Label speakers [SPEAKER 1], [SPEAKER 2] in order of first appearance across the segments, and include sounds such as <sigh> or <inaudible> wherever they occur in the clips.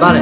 [SPEAKER 1] Vale,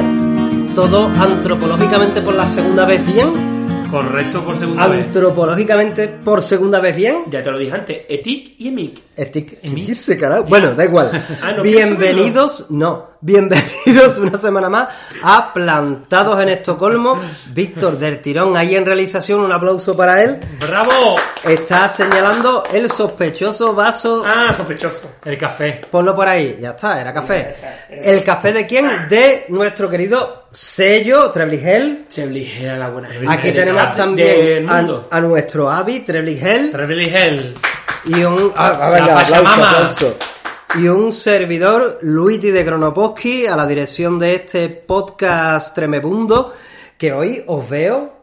[SPEAKER 1] todo antropológicamente por la segunda vez bien.
[SPEAKER 2] Correcto por segunda vez.
[SPEAKER 1] Antropológicamente por segunda vez bien.
[SPEAKER 2] Ya te lo dije antes, etic y emic.
[SPEAKER 1] Estic- ¿qué
[SPEAKER 2] mí?
[SPEAKER 1] dice, carajo? Bueno, da igual.
[SPEAKER 2] <laughs> Ah, no,
[SPEAKER 1] bienvenidos, no, bienvenidos una semana más a Plantados en Estocolmo. Víctor del Tirón ahí en realización, un aplauso para él.
[SPEAKER 2] ¡Bravo!
[SPEAKER 1] Está señalando el sospechoso vaso.
[SPEAKER 2] Ah, sospechoso. El café.
[SPEAKER 1] Ponlo por ahí, ya está, era café.
[SPEAKER 2] Ya está, era-
[SPEAKER 1] ¿El café de quién? De nuestro querido sello Trebligel.
[SPEAKER 2] Se ligera la buena.
[SPEAKER 1] Aquí
[SPEAKER 2] de- de-
[SPEAKER 1] tenemos
[SPEAKER 2] Del
[SPEAKER 1] también a,
[SPEAKER 2] mundo.
[SPEAKER 1] a nuestro Abby Trebligel
[SPEAKER 2] Travel Hell.
[SPEAKER 1] y un ah, ah, venga,
[SPEAKER 2] La
[SPEAKER 1] aplauso,
[SPEAKER 2] Pachamama.
[SPEAKER 1] aplauso. y un servidor Luigi de Kronoposki a la dirección de este podcast tremebundo que hoy os veo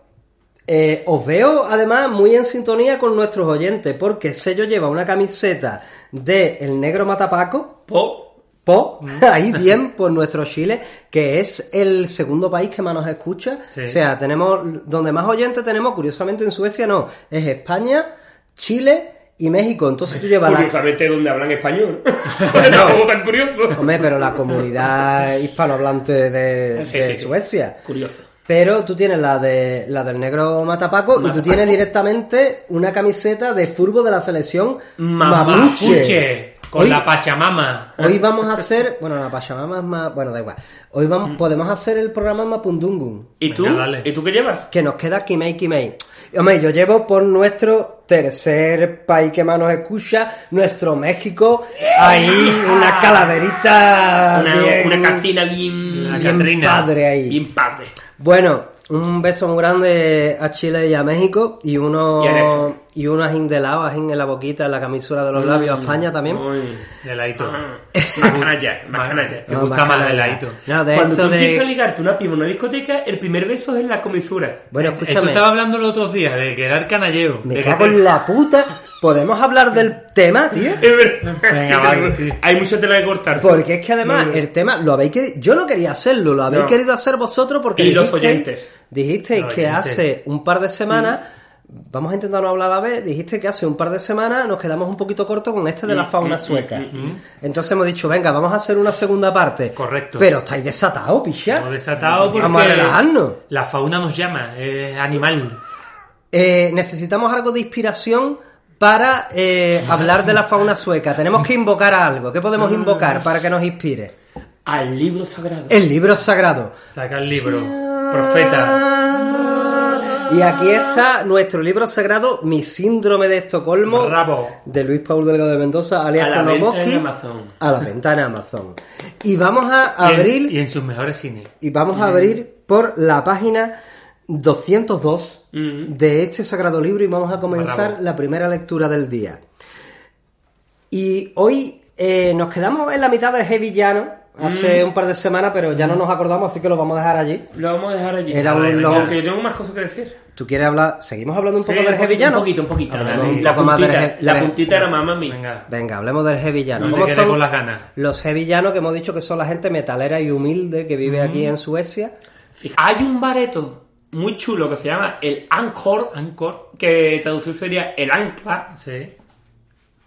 [SPEAKER 1] eh, os veo además muy en sintonía con nuestros oyentes porque Sello lleva una camiseta de El Negro Matapaco
[SPEAKER 2] Po.
[SPEAKER 1] Po,
[SPEAKER 2] Mm.
[SPEAKER 1] <laughs> ahí bien por nuestro Chile, que es el segundo país que más nos escucha.
[SPEAKER 2] Sí.
[SPEAKER 1] O sea, tenemos donde más oyentes tenemos, curiosamente en Suecia no, es España, Chile y México. Entonces tú llevas la-
[SPEAKER 2] Curiosamente, donde hablan <laughs> español. Tampoco tan curioso.
[SPEAKER 1] <laughs> Hombre, pero la comunidad hispanohablante de,
[SPEAKER 2] Sí,
[SPEAKER 1] de
[SPEAKER 2] sí, sí.
[SPEAKER 1] Suecia.
[SPEAKER 2] Curioso.
[SPEAKER 1] Pero tú tienes la de la del negro Matapaco, y tú
[SPEAKER 2] Matapaco.
[SPEAKER 1] tienes directamente una camiseta de furbo de la selección
[SPEAKER 2] Mamapuche. Con
[SPEAKER 1] Hoy-
[SPEAKER 2] la Pachamama.
[SPEAKER 1] Hoy vamos a hacer, bueno, la Pachamama es más, bueno, da igual. Hoy
[SPEAKER 3] Mm.
[SPEAKER 1] vamos, podemos hacer el programa Mapundungun,
[SPEAKER 3] ¿Y
[SPEAKER 2] Venga,
[SPEAKER 3] tú?
[SPEAKER 2] dale.
[SPEAKER 3] ¿Y tú qué llevas?
[SPEAKER 1] que nos queda Kimei Kimei. Hombre, yo llevo por nuestro tercer país que más nos escucha, nuestro México, ahí una calaverita
[SPEAKER 3] Una,
[SPEAKER 1] bien-
[SPEAKER 3] una cartina bien...
[SPEAKER 2] La
[SPEAKER 1] bien
[SPEAKER 2] Catrina.
[SPEAKER 1] padre ahí.
[SPEAKER 3] Bien padre.
[SPEAKER 1] Bueno, un beso muy grande a Chile y a México y uno
[SPEAKER 3] Y a Nexo.
[SPEAKER 1] y uno ajín de lado, ajín en la boquita, en la camisura
[SPEAKER 3] Mm,
[SPEAKER 1] de los labios, a España también.
[SPEAKER 3] Uy.
[SPEAKER 2] De ladito.
[SPEAKER 3] Ah,
[SPEAKER 2] <laughs>
[SPEAKER 3] Más canalla, más canalla.
[SPEAKER 2] Te
[SPEAKER 1] No,
[SPEAKER 2] gusta más de
[SPEAKER 1] canalla.
[SPEAKER 2] ladito.
[SPEAKER 1] No, de
[SPEAKER 3] Cuando
[SPEAKER 1] esto
[SPEAKER 3] tú
[SPEAKER 1] de-
[SPEAKER 3] empiezas a ligarte una piba en una discoteca, el primer beso es en la comisura.
[SPEAKER 1] Bueno,
[SPEAKER 2] Eso
[SPEAKER 1] escúchame.
[SPEAKER 2] estaba hablando los otros días, de quedar canalleo.
[SPEAKER 1] Me
[SPEAKER 2] De
[SPEAKER 1] cago
[SPEAKER 2] que-
[SPEAKER 1] en
[SPEAKER 2] <laughs>
[SPEAKER 1] la puta. ¿Podemos hablar del tema, tío?
[SPEAKER 3] Es verdad.
[SPEAKER 2] <laughs> Venga, vale, sí.
[SPEAKER 3] Hay mucha tela que <laughs> cortar.
[SPEAKER 1] Porque es que además
[SPEAKER 3] No, no.
[SPEAKER 1] el tema lo habéis querido, yo no quería hacerlo, lo habéis
[SPEAKER 3] No.
[SPEAKER 1] querido hacer vosotros porque
[SPEAKER 3] Y los
[SPEAKER 1] dijisteis-
[SPEAKER 3] oyentes.
[SPEAKER 1] Dijisteis
[SPEAKER 2] Los
[SPEAKER 1] que
[SPEAKER 2] oyentes.
[SPEAKER 1] hace un par de semanas,
[SPEAKER 3] Mm.
[SPEAKER 1] vamos a intentar no hablar a la vez, dijiste que hace un par de semanas nos quedamos un poquito cortos con este de
[SPEAKER 3] Mm,
[SPEAKER 1] la fauna sueca. Entonces hemos dicho, venga, vamos a hacer una segunda parte.
[SPEAKER 2] Correcto.
[SPEAKER 1] Pero estáis desatados, picha.
[SPEAKER 2] Hemos desatado porque...
[SPEAKER 1] Vamos a relajarnos.
[SPEAKER 2] La fauna nos llama, es animal.
[SPEAKER 1] Eh, necesitamos algo de inspiración para eh, hablar de la fauna sueca. Tenemos que invocar a algo. ¿Qué
[SPEAKER 3] <laughs> Ah.
[SPEAKER 1] podemos invocar para que nos inspire?
[SPEAKER 3] Al libro sagrado.
[SPEAKER 1] El libro sagrado.
[SPEAKER 2] Saca el libro. Profeta.
[SPEAKER 1] Y aquí está nuestro libro sagrado, Mi síndrome de Estocolmo,
[SPEAKER 2] Bravo.
[SPEAKER 1] de Luis Paul Delgado de Mendoza, alias
[SPEAKER 3] A la venta
[SPEAKER 1] Kronoboski,
[SPEAKER 3] en Amazon.
[SPEAKER 1] A la venta en Amazon. Y vamos a
[SPEAKER 2] Y en-
[SPEAKER 1] abrir
[SPEAKER 2] Y en, sus mejores cines.
[SPEAKER 1] y vamos a abrir por la página 202
[SPEAKER 3] Mm.
[SPEAKER 1] de este sagrado libro y vamos a comenzar
[SPEAKER 2] Bravo.
[SPEAKER 1] la primera lectura del día. Y hoy eh, nos quedamos en la mitad del Heavy Llano, hace un par de semanas, pero ya no nos acordamos, así que lo vamos a dejar allí.
[SPEAKER 3] Lo vamos a dejar allí.
[SPEAKER 1] Era
[SPEAKER 3] Vale,
[SPEAKER 1] un
[SPEAKER 3] venga,
[SPEAKER 1] long-
[SPEAKER 3] Aunque yo tengo más cosas que decir.
[SPEAKER 1] ¿Tú quieres hablar? ¿Seguimos hablando un
[SPEAKER 3] Sí,
[SPEAKER 1] poco del
[SPEAKER 3] poquito,
[SPEAKER 1] heavy llano?
[SPEAKER 3] Un poquito, un poquito.
[SPEAKER 1] Hablemos
[SPEAKER 3] dale.
[SPEAKER 1] un
[SPEAKER 3] La
[SPEAKER 1] poco más del
[SPEAKER 3] puntita,
[SPEAKER 1] heavy-
[SPEAKER 3] la
[SPEAKER 1] del-
[SPEAKER 3] puntita era mamá mía.
[SPEAKER 2] Venga.
[SPEAKER 1] Venga, hablemos del heavy llano.
[SPEAKER 2] No te
[SPEAKER 1] ¿Cómo
[SPEAKER 2] quedes
[SPEAKER 1] son
[SPEAKER 2] con las ganas.
[SPEAKER 1] Los heavy llanos que hemos dicho que son la gente metalera y humilde que vive aquí en Suecia?
[SPEAKER 3] Fija- Hay un bareto muy chulo que se llama el Ancor,
[SPEAKER 2] Ancor.
[SPEAKER 3] que traducir sería el ancla
[SPEAKER 2] Sí.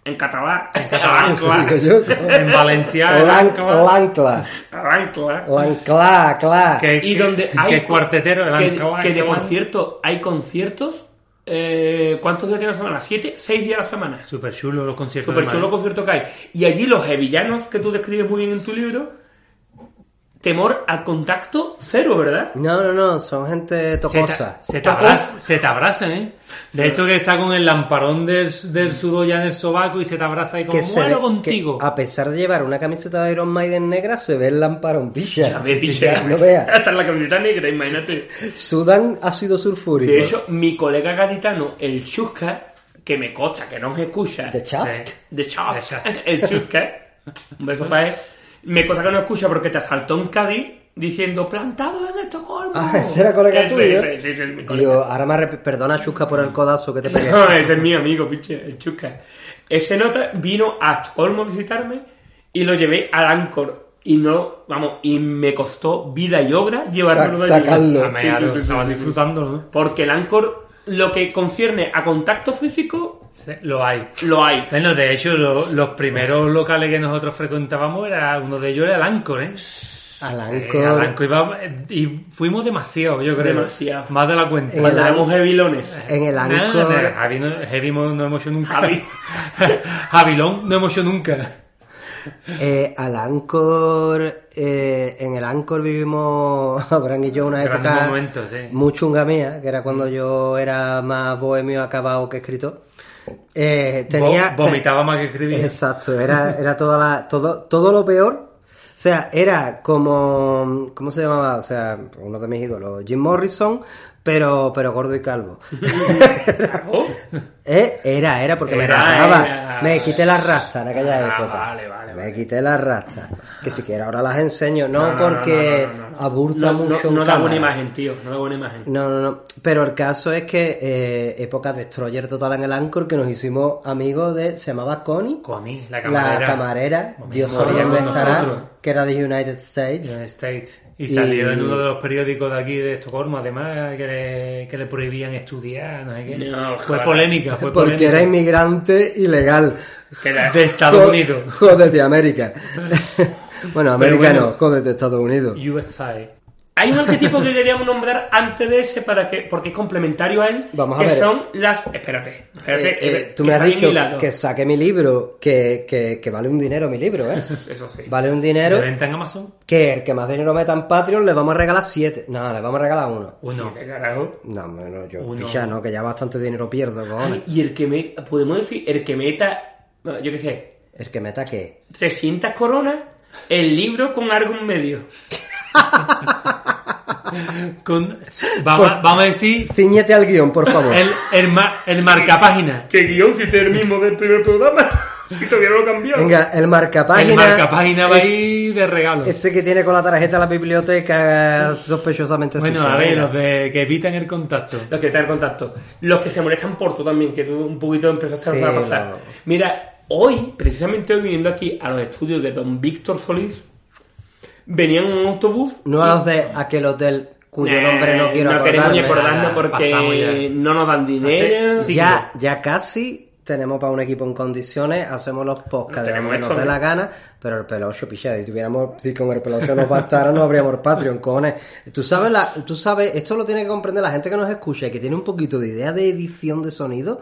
[SPEAKER 3] en catalán. En
[SPEAKER 2] catalán,
[SPEAKER 1] Eso digo yo.
[SPEAKER 2] <laughs>
[SPEAKER 1] <laughs>
[SPEAKER 2] En
[SPEAKER 3] ah,
[SPEAKER 2] Valencia. el
[SPEAKER 1] Lan-
[SPEAKER 2] Ancor.
[SPEAKER 1] Lancla. Lancla,
[SPEAKER 3] <laughs>
[SPEAKER 1] cla.
[SPEAKER 2] Que-
[SPEAKER 3] Y donde hay.
[SPEAKER 2] que cuartetero, el
[SPEAKER 3] que,
[SPEAKER 2] Ancor,
[SPEAKER 3] que de
[SPEAKER 2] Ancor.
[SPEAKER 3] concierto hay conciertos. eh, ¿Cuántos días tiene la semana? ¿Siete? ¿Seis días a la semana?
[SPEAKER 2] Súper chulo los conciertos.
[SPEAKER 3] Súper
[SPEAKER 2] de
[SPEAKER 3] chulo
[SPEAKER 2] Madrid.
[SPEAKER 3] concierto que hay. Y allí los hevillanos que tú describes muy bien en tu libro. Temor al contacto cero, ¿verdad?
[SPEAKER 1] No, no, no, son gente
[SPEAKER 2] Se,
[SPEAKER 1] tocosa.
[SPEAKER 2] ta- se, te abrazan, se te abrazan, ¿eh? De esto que está con el lamparón del,
[SPEAKER 3] Mm.
[SPEAKER 2] del sudor ya en el sobaco y se te abraza y como
[SPEAKER 1] se
[SPEAKER 2] muero
[SPEAKER 1] ve-
[SPEAKER 2] contigo.
[SPEAKER 1] que a pesar de llevar una camiseta de Iron Maiden negra, se ve el lamparón picha.
[SPEAKER 3] A ver,
[SPEAKER 1] Sí, sí,
[SPEAKER 3] picha,
[SPEAKER 1] sí, no veas.
[SPEAKER 3] <laughs> Hasta en la camiseta negra, imagínate.
[SPEAKER 1] Sudan ácido sulfúrico.
[SPEAKER 3] De hecho, mi colega gaditano, el Chusca, que me costa, que no nos escucha.
[SPEAKER 1] The Chask.
[SPEAKER 3] The Chask.
[SPEAKER 2] The Chask.
[SPEAKER 3] <laughs> El chusque. Un beso para él. Me cosa que no escucha porque te asaltó en Cádiz diciendo plantado en Estocolmo.
[SPEAKER 1] Ah, ese era colega
[SPEAKER 3] Ese-
[SPEAKER 1] tuyo.
[SPEAKER 3] ese- ese- ese es mi colega.
[SPEAKER 1] Tío, ahora me arrep- perdona, Chusca, por el codazo
[SPEAKER 3] <laughs>
[SPEAKER 1] que te pegué.
[SPEAKER 3] No, ese es mi amigo, pinche, el Chusca. Ese nota vino a Estocolmo a visitarme y lo llevé al Ancor. Y no, vamos, y me costó vida y obra llevarlo
[SPEAKER 1] Sa-
[SPEAKER 3] de allí.
[SPEAKER 1] sacarlo.
[SPEAKER 2] Ah,
[SPEAKER 3] Sí, sí, sí, sí,
[SPEAKER 2] Estaba
[SPEAKER 3] sí, sí.
[SPEAKER 2] disfrutándolo, ¿no?
[SPEAKER 3] Porque el Ancor, lo que concierne a contacto físico,
[SPEAKER 2] Lo hay.
[SPEAKER 3] lo hay.
[SPEAKER 2] Bueno, de hecho, lo- los primeros locales que nosotros frecuentábamos era uno de ellos era el Ancor, ¿eh?
[SPEAKER 1] Alanco.
[SPEAKER 2] Eh, al Ancor iba- y fuimos demasiado, yo creo.
[SPEAKER 3] Demasiado.
[SPEAKER 2] Más de la cuenta.
[SPEAKER 1] En el
[SPEAKER 3] Cuando éramos hevilones.
[SPEAKER 1] En el
[SPEAKER 2] Nah,
[SPEAKER 1] Ancor.
[SPEAKER 2] nah, Javi no, Heavy no, no hemos hecho nunca.
[SPEAKER 3] Javi.
[SPEAKER 2] <laughs> Javilón no hemos hecho nunca.
[SPEAKER 1] Eh, al Ancor, eh, en el Ancor vivimos, <laughs> Abraham y yo, una
[SPEAKER 2] Grandes
[SPEAKER 1] época
[SPEAKER 2] momentos, sí.
[SPEAKER 1] muy chunga mía, que era cuando yo era más bohemio acabado que escritor. Eh, tenía,
[SPEAKER 2] Vo- vomitaba más que escribía.
[SPEAKER 1] Exacto, era, era toda la, todo, todo lo peor. O sea, era como, ¿cómo se llamaba? O sea, uno de mis ídolos, Jim Morrison, pero, pero gordo y
[SPEAKER 2] <laughs>
[SPEAKER 1] calvo.
[SPEAKER 3] Oh,
[SPEAKER 1] Eh, Era, era, porque me
[SPEAKER 2] Era,
[SPEAKER 1] rajaba.
[SPEAKER 2] era.
[SPEAKER 1] Me quité la rasta en aquella
[SPEAKER 2] Ah,
[SPEAKER 1] época.
[SPEAKER 2] vale, vale,
[SPEAKER 1] Me
[SPEAKER 2] vale.
[SPEAKER 1] quité la rasta. Que siquiera ahora las enseño, no,
[SPEAKER 3] no, no,
[SPEAKER 1] porque
[SPEAKER 3] no, no, no, no.
[SPEAKER 1] aburta
[SPEAKER 3] No, no,
[SPEAKER 1] mucho.
[SPEAKER 3] No,
[SPEAKER 1] en
[SPEAKER 3] da
[SPEAKER 1] cámara.
[SPEAKER 3] buena imagen, tío. No da buena imagen.
[SPEAKER 1] No, no, no. Pero el caso es que eh, época destroyer total en el Anchor, que nos hicimos amigos de. Se llamaba Connie.
[SPEAKER 2] Connie, la camarera.
[SPEAKER 1] La camarera,
[SPEAKER 2] Lo mismo
[SPEAKER 1] Dios
[SPEAKER 2] era
[SPEAKER 1] oriente
[SPEAKER 2] con nosotros. Eh,
[SPEAKER 1] estará, que era de United States.
[SPEAKER 2] United States. Y
[SPEAKER 1] Y-
[SPEAKER 2] salió en uno de los periódicos de aquí de Estocolmo, además, que le, que le prohibían estudiar, no sé qué.
[SPEAKER 3] No,
[SPEAKER 2] fue
[SPEAKER 3] joder.
[SPEAKER 2] polémica, fue
[SPEAKER 1] Porque era
[SPEAKER 2] polémica.
[SPEAKER 1] inmigrante ilegal.
[SPEAKER 3] Que la-
[SPEAKER 2] de Estados Unidos.
[SPEAKER 1] Jódete,
[SPEAKER 2] <laughs>
[SPEAKER 1] América. bueno, América
[SPEAKER 2] bueno.
[SPEAKER 1] no, jódete, Estados Unidos.
[SPEAKER 2] USA.
[SPEAKER 3] Hay un arquetipo que queríamos nombrar antes de ese para que, porque es complementario a él,
[SPEAKER 1] Vamos a
[SPEAKER 3] que
[SPEAKER 1] ver.
[SPEAKER 3] son las... Espérate, espérate.
[SPEAKER 1] Eh, eh,
[SPEAKER 3] que
[SPEAKER 1] tú me has
[SPEAKER 3] está bien
[SPEAKER 1] dicho
[SPEAKER 3] hilado.
[SPEAKER 1] que saque mi libro, que, que, que vale un dinero mi libro,
[SPEAKER 2] <laughs>
[SPEAKER 1] ¿eh?
[SPEAKER 3] Eso sí.
[SPEAKER 1] Vale un
[SPEAKER 2] ¿De
[SPEAKER 1] dinero.
[SPEAKER 2] venta en Amazon?
[SPEAKER 1] Que el que más dinero meta en Patreon le vamos a regalar siete. No, le vamos a regalar uno.
[SPEAKER 2] Uno.
[SPEAKER 3] Sí, de carajo.
[SPEAKER 1] No, no, no, yo,
[SPEAKER 2] Uno.
[SPEAKER 1] pija, no, que ya bastante dinero pierdo, cojones.
[SPEAKER 3] Ay, y el que me... Podemos decir, el que meta... no, Yo qué sé.
[SPEAKER 1] El que meta qué.
[SPEAKER 3] 300 coronas, el libro con algo en medio.
[SPEAKER 2] Con, vamos, a- vamos a decir
[SPEAKER 1] Ciñete al guión,
[SPEAKER 2] <laughs>
[SPEAKER 1] por favor.
[SPEAKER 2] el, el, mar- el marcapágina.
[SPEAKER 3] Que guión si te el mismo del primer programa. <laughs> Si todavía no lo he
[SPEAKER 1] <laughs>
[SPEAKER 3] cambiado.
[SPEAKER 1] Venga, el marcapágina.
[SPEAKER 2] El marcapágina va
[SPEAKER 1] es-
[SPEAKER 2] ahí de regalo.
[SPEAKER 1] Ese que tiene con la tarjeta la biblioteca sospechosamente
[SPEAKER 2] bueno,
[SPEAKER 1] sucia,
[SPEAKER 2] a ver,
[SPEAKER 1] venga.
[SPEAKER 2] los de que evitan el contacto.
[SPEAKER 3] Los que están en contacto. Los que se molestan por tú también, que tú un poquito empezaste
[SPEAKER 1] Sí,
[SPEAKER 3] a pasar.
[SPEAKER 1] no.
[SPEAKER 3] Mira, hoy, precisamente hoy viniendo aquí a los estudios de don Víctor Solís, venían en un autobús.
[SPEAKER 1] No a los de aquel hotel cuyo
[SPEAKER 3] Eh,
[SPEAKER 1] nombre no quiero
[SPEAKER 3] no queremos ni
[SPEAKER 1] acordarme.
[SPEAKER 3] acordarnos
[SPEAKER 2] Nada, pasamos ya.
[SPEAKER 3] porque no nos dan dinero.
[SPEAKER 2] Hace- sí.
[SPEAKER 1] Ya, ya casi tenemos para un equipo en condiciones, hacemos los podcasts de
[SPEAKER 3] Tenemos
[SPEAKER 1] donde nos
[SPEAKER 3] hecho,
[SPEAKER 1] dé
[SPEAKER 3] ¿no?
[SPEAKER 1] la gana, pero el pelocho, picha, si tuviéramos, si con el pelocho nos bastara, no habríamos Patreon, cojones. Tú sabes, la, tú sabes, esto lo tiene que comprender la gente que nos escucha y que tiene un poquito de idea de edición de sonido.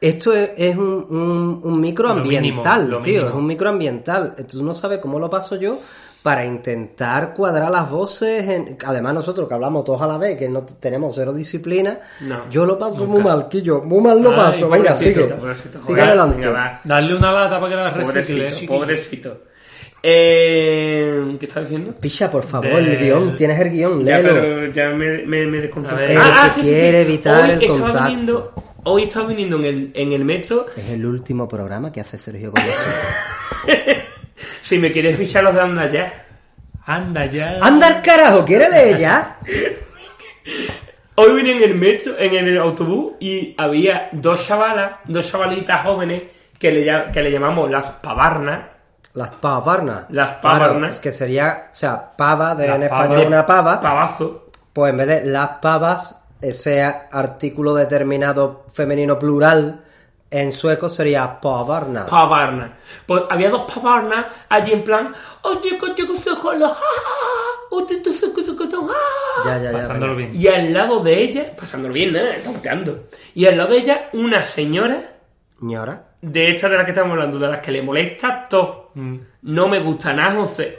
[SPEAKER 1] Esto es, es un, un, un microambiental,
[SPEAKER 2] Lo mínimo, lo
[SPEAKER 1] tío,
[SPEAKER 2] mínimo.
[SPEAKER 1] es un microambiental. Tú no sabes cómo lo paso yo para intentar cuadrar las voces. en- Además, nosotros que hablamos todos a la vez, que no t- tenemos cero disciplina,
[SPEAKER 3] No.
[SPEAKER 1] yo lo paso muy mal, Quillo, muy mal lo
[SPEAKER 2] Ay,
[SPEAKER 1] paso. Venga,
[SPEAKER 2] pobrecito,
[SPEAKER 1] sigue.
[SPEAKER 3] pobrecito,
[SPEAKER 1] Sigue
[SPEAKER 3] joder,
[SPEAKER 1] adelante.
[SPEAKER 3] venga, va.
[SPEAKER 2] Darle una lata para que la recicle.
[SPEAKER 3] Pobrecito,
[SPEAKER 2] chiquillo.
[SPEAKER 3] pobrecito. Eh, ¿Qué estás diciendo?
[SPEAKER 1] Picha, por favor, el
[SPEAKER 2] Del-
[SPEAKER 1] guión. Tienes el guión,
[SPEAKER 3] Ya,
[SPEAKER 1] léelo.
[SPEAKER 3] pero ya me, me, me desconcentro.
[SPEAKER 2] A ver.
[SPEAKER 1] El que quiere evitar el
[SPEAKER 3] estaba
[SPEAKER 1] contacto.
[SPEAKER 3] viniendo- hoy estaba viniendo en el, en el metro.
[SPEAKER 1] Es el último programa que hace Sergio con
[SPEAKER 3] Si me quieres fichar los de Anda ya.
[SPEAKER 2] Anda ya.
[SPEAKER 1] ¡Anda al carajo! ¿Quiere leer ya?
[SPEAKER 3] Hoy vine en el metro, en el autobús, y había dos chavalas, dos chavalitas jóvenes que le, llam- que le llamamos las pavarnas.
[SPEAKER 1] Las pavarnas.
[SPEAKER 3] Las
[SPEAKER 1] Claro,
[SPEAKER 3] pavarnas.
[SPEAKER 1] es que sería, o sea, pava de,
[SPEAKER 2] Las
[SPEAKER 1] en
[SPEAKER 2] pavas.
[SPEAKER 1] español una pava.
[SPEAKER 3] Pavazo.
[SPEAKER 1] Pues en vez de las pavas, ese artículo determinado femenino plural en sueco sería pavarna.
[SPEAKER 3] Pavarna. Pues había dos pavarnas allí en plan, oye, coche, que se jola, ja, ja, ja, oye, tú se que se que te- ja, ja".
[SPEAKER 1] ya, ya, ya.
[SPEAKER 2] Pasándolo
[SPEAKER 1] venga.
[SPEAKER 2] bien.
[SPEAKER 3] Y al lado de ella, pasándolo bien, ¿eh? tonteando. Y al lado de ella, una señora
[SPEAKER 1] Ñora.
[SPEAKER 3] de esta de la que estamos hablando, de las que le molesta todo. No me gusta nada, José.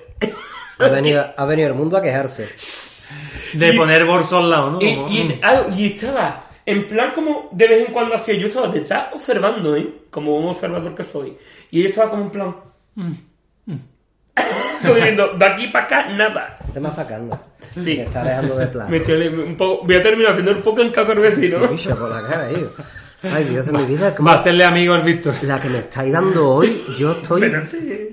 [SPEAKER 1] Ha venido, ha venido el mundo a quejarse. Este
[SPEAKER 2] De
[SPEAKER 3] Y-
[SPEAKER 2] poner bolso al lado, ¿no?
[SPEAKER 3] Y,
[SPEAKER 2] Como,
[SPEAKER 3] y-
[SPEAKER 2] mm.
[SPEAKER 3] ah, y estaba, en plan como de vez en cuando hacía, yo estaba detrás observando, ¿eh? Como un observador que soy. Y ella estaba como en plan... Mm. <laughs> Como diciendo, de aquí para acá, nada.
[SPEAKER 1] Te más pacando.
[SPEAKER 2] <laughs>
[SPEAKER 3] Sí.
[SPEAKER 1] Te está dejando de plano.
[SPEAKER 3] Me estoy- un poco- voy a terminar haciendo un poco en casa del vecino.
[SPEAKER 1] Picha por la cara, tío. Ay, Dios de mi vida. ¿cómo-
[SPEAKER 2] Va a hacerle amigo al Víctor.
[SPEAKER 1] La que me estáis dando hoy, yo estoy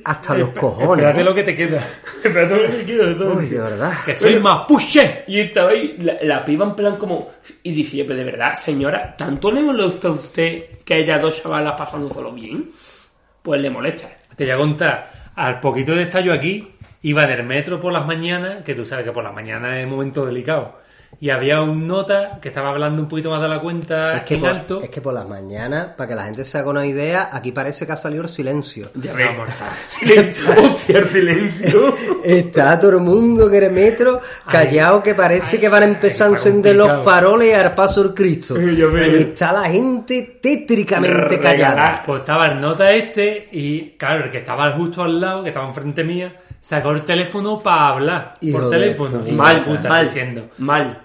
[SPEAKER 1] hasta los cojones. ¿eh?
[SPEAKER 2] Espérate lo que te
[SPEAKER 1] <laughs>
[SPEAKER 2] queda.
[SPEAKER 3] <laughs> Espérate lo que te quiero de todo.
[SPEAKER 1] Uy, de verdad.
[SPEAKER 2] Que soy más puche.
[SPEAKER 3] Y estaba ahí la, la piba en plan como... Y decía, pero de verdad, señora, ¿tanto le molesta a usted que haya dos chavalas pasándoselo bien? Pues le molesta.
[SPEAKER 2] Te voy a contar, al poquito de estar yo aquí, iba del metro por las mañanas, que tú sabes que por las mañanas es un momento delicado, y había un nota que estaba hablando un poquito más de la cuenta
[SPEAKER 1] Es que,
[SPEAKER 2] en
[SPEAKER 1] por,
[SPEAKER 2] alto.
[SPEAKER 1] es que por las mañanas, para que la gente se haga una idea, aquí parece que ha salido el silencio.
[SPEAKER 2] Ya
[SPEAKER 3] ves.
[SPEAKER 2] vamos, está.
[SPEAKER 1] <laughs>
[SPEAKER 3] <laughs> Silencio,
[SPEAKER 2] <laughs>
[SPEAKER 3] hostia, el silencio.
[SPEAKER 1] Está todo el mundo que el metro callado que parece que van a empezar a
[SPEAKER 2] ay,
[SPEAKER 1] encender los
[SPEAKER 2] complicado.
[SPEAKER 1] faroles al paso del Cristo.
[SPEAKER 3] <laughs> Yo veo.
[SPEAKER 1] Está la gente tétricamente
[SPEAKER 3] Regalá.
[SPEAKER 1] callada.
[SPEAKER 2] Pues estaba el nota este y, claro, el que estaba justo al lado, que estaba enfrente mía, sacó el teléfono para hablar
[SPEAKER 1] Hijo
[SPEAKER 2] por
[SPEAKER 1] de
[SPEAKER 2] teléfono.
[SPEAKER 1] puta.
[SPEAKER 2] Y
[SPEAKER 3] mal,
[SPEAKER 2] puta,
[SPEAKER 3] mal.
[SPEAKER 2] diciendo,
[SPEAKER 3] Mal.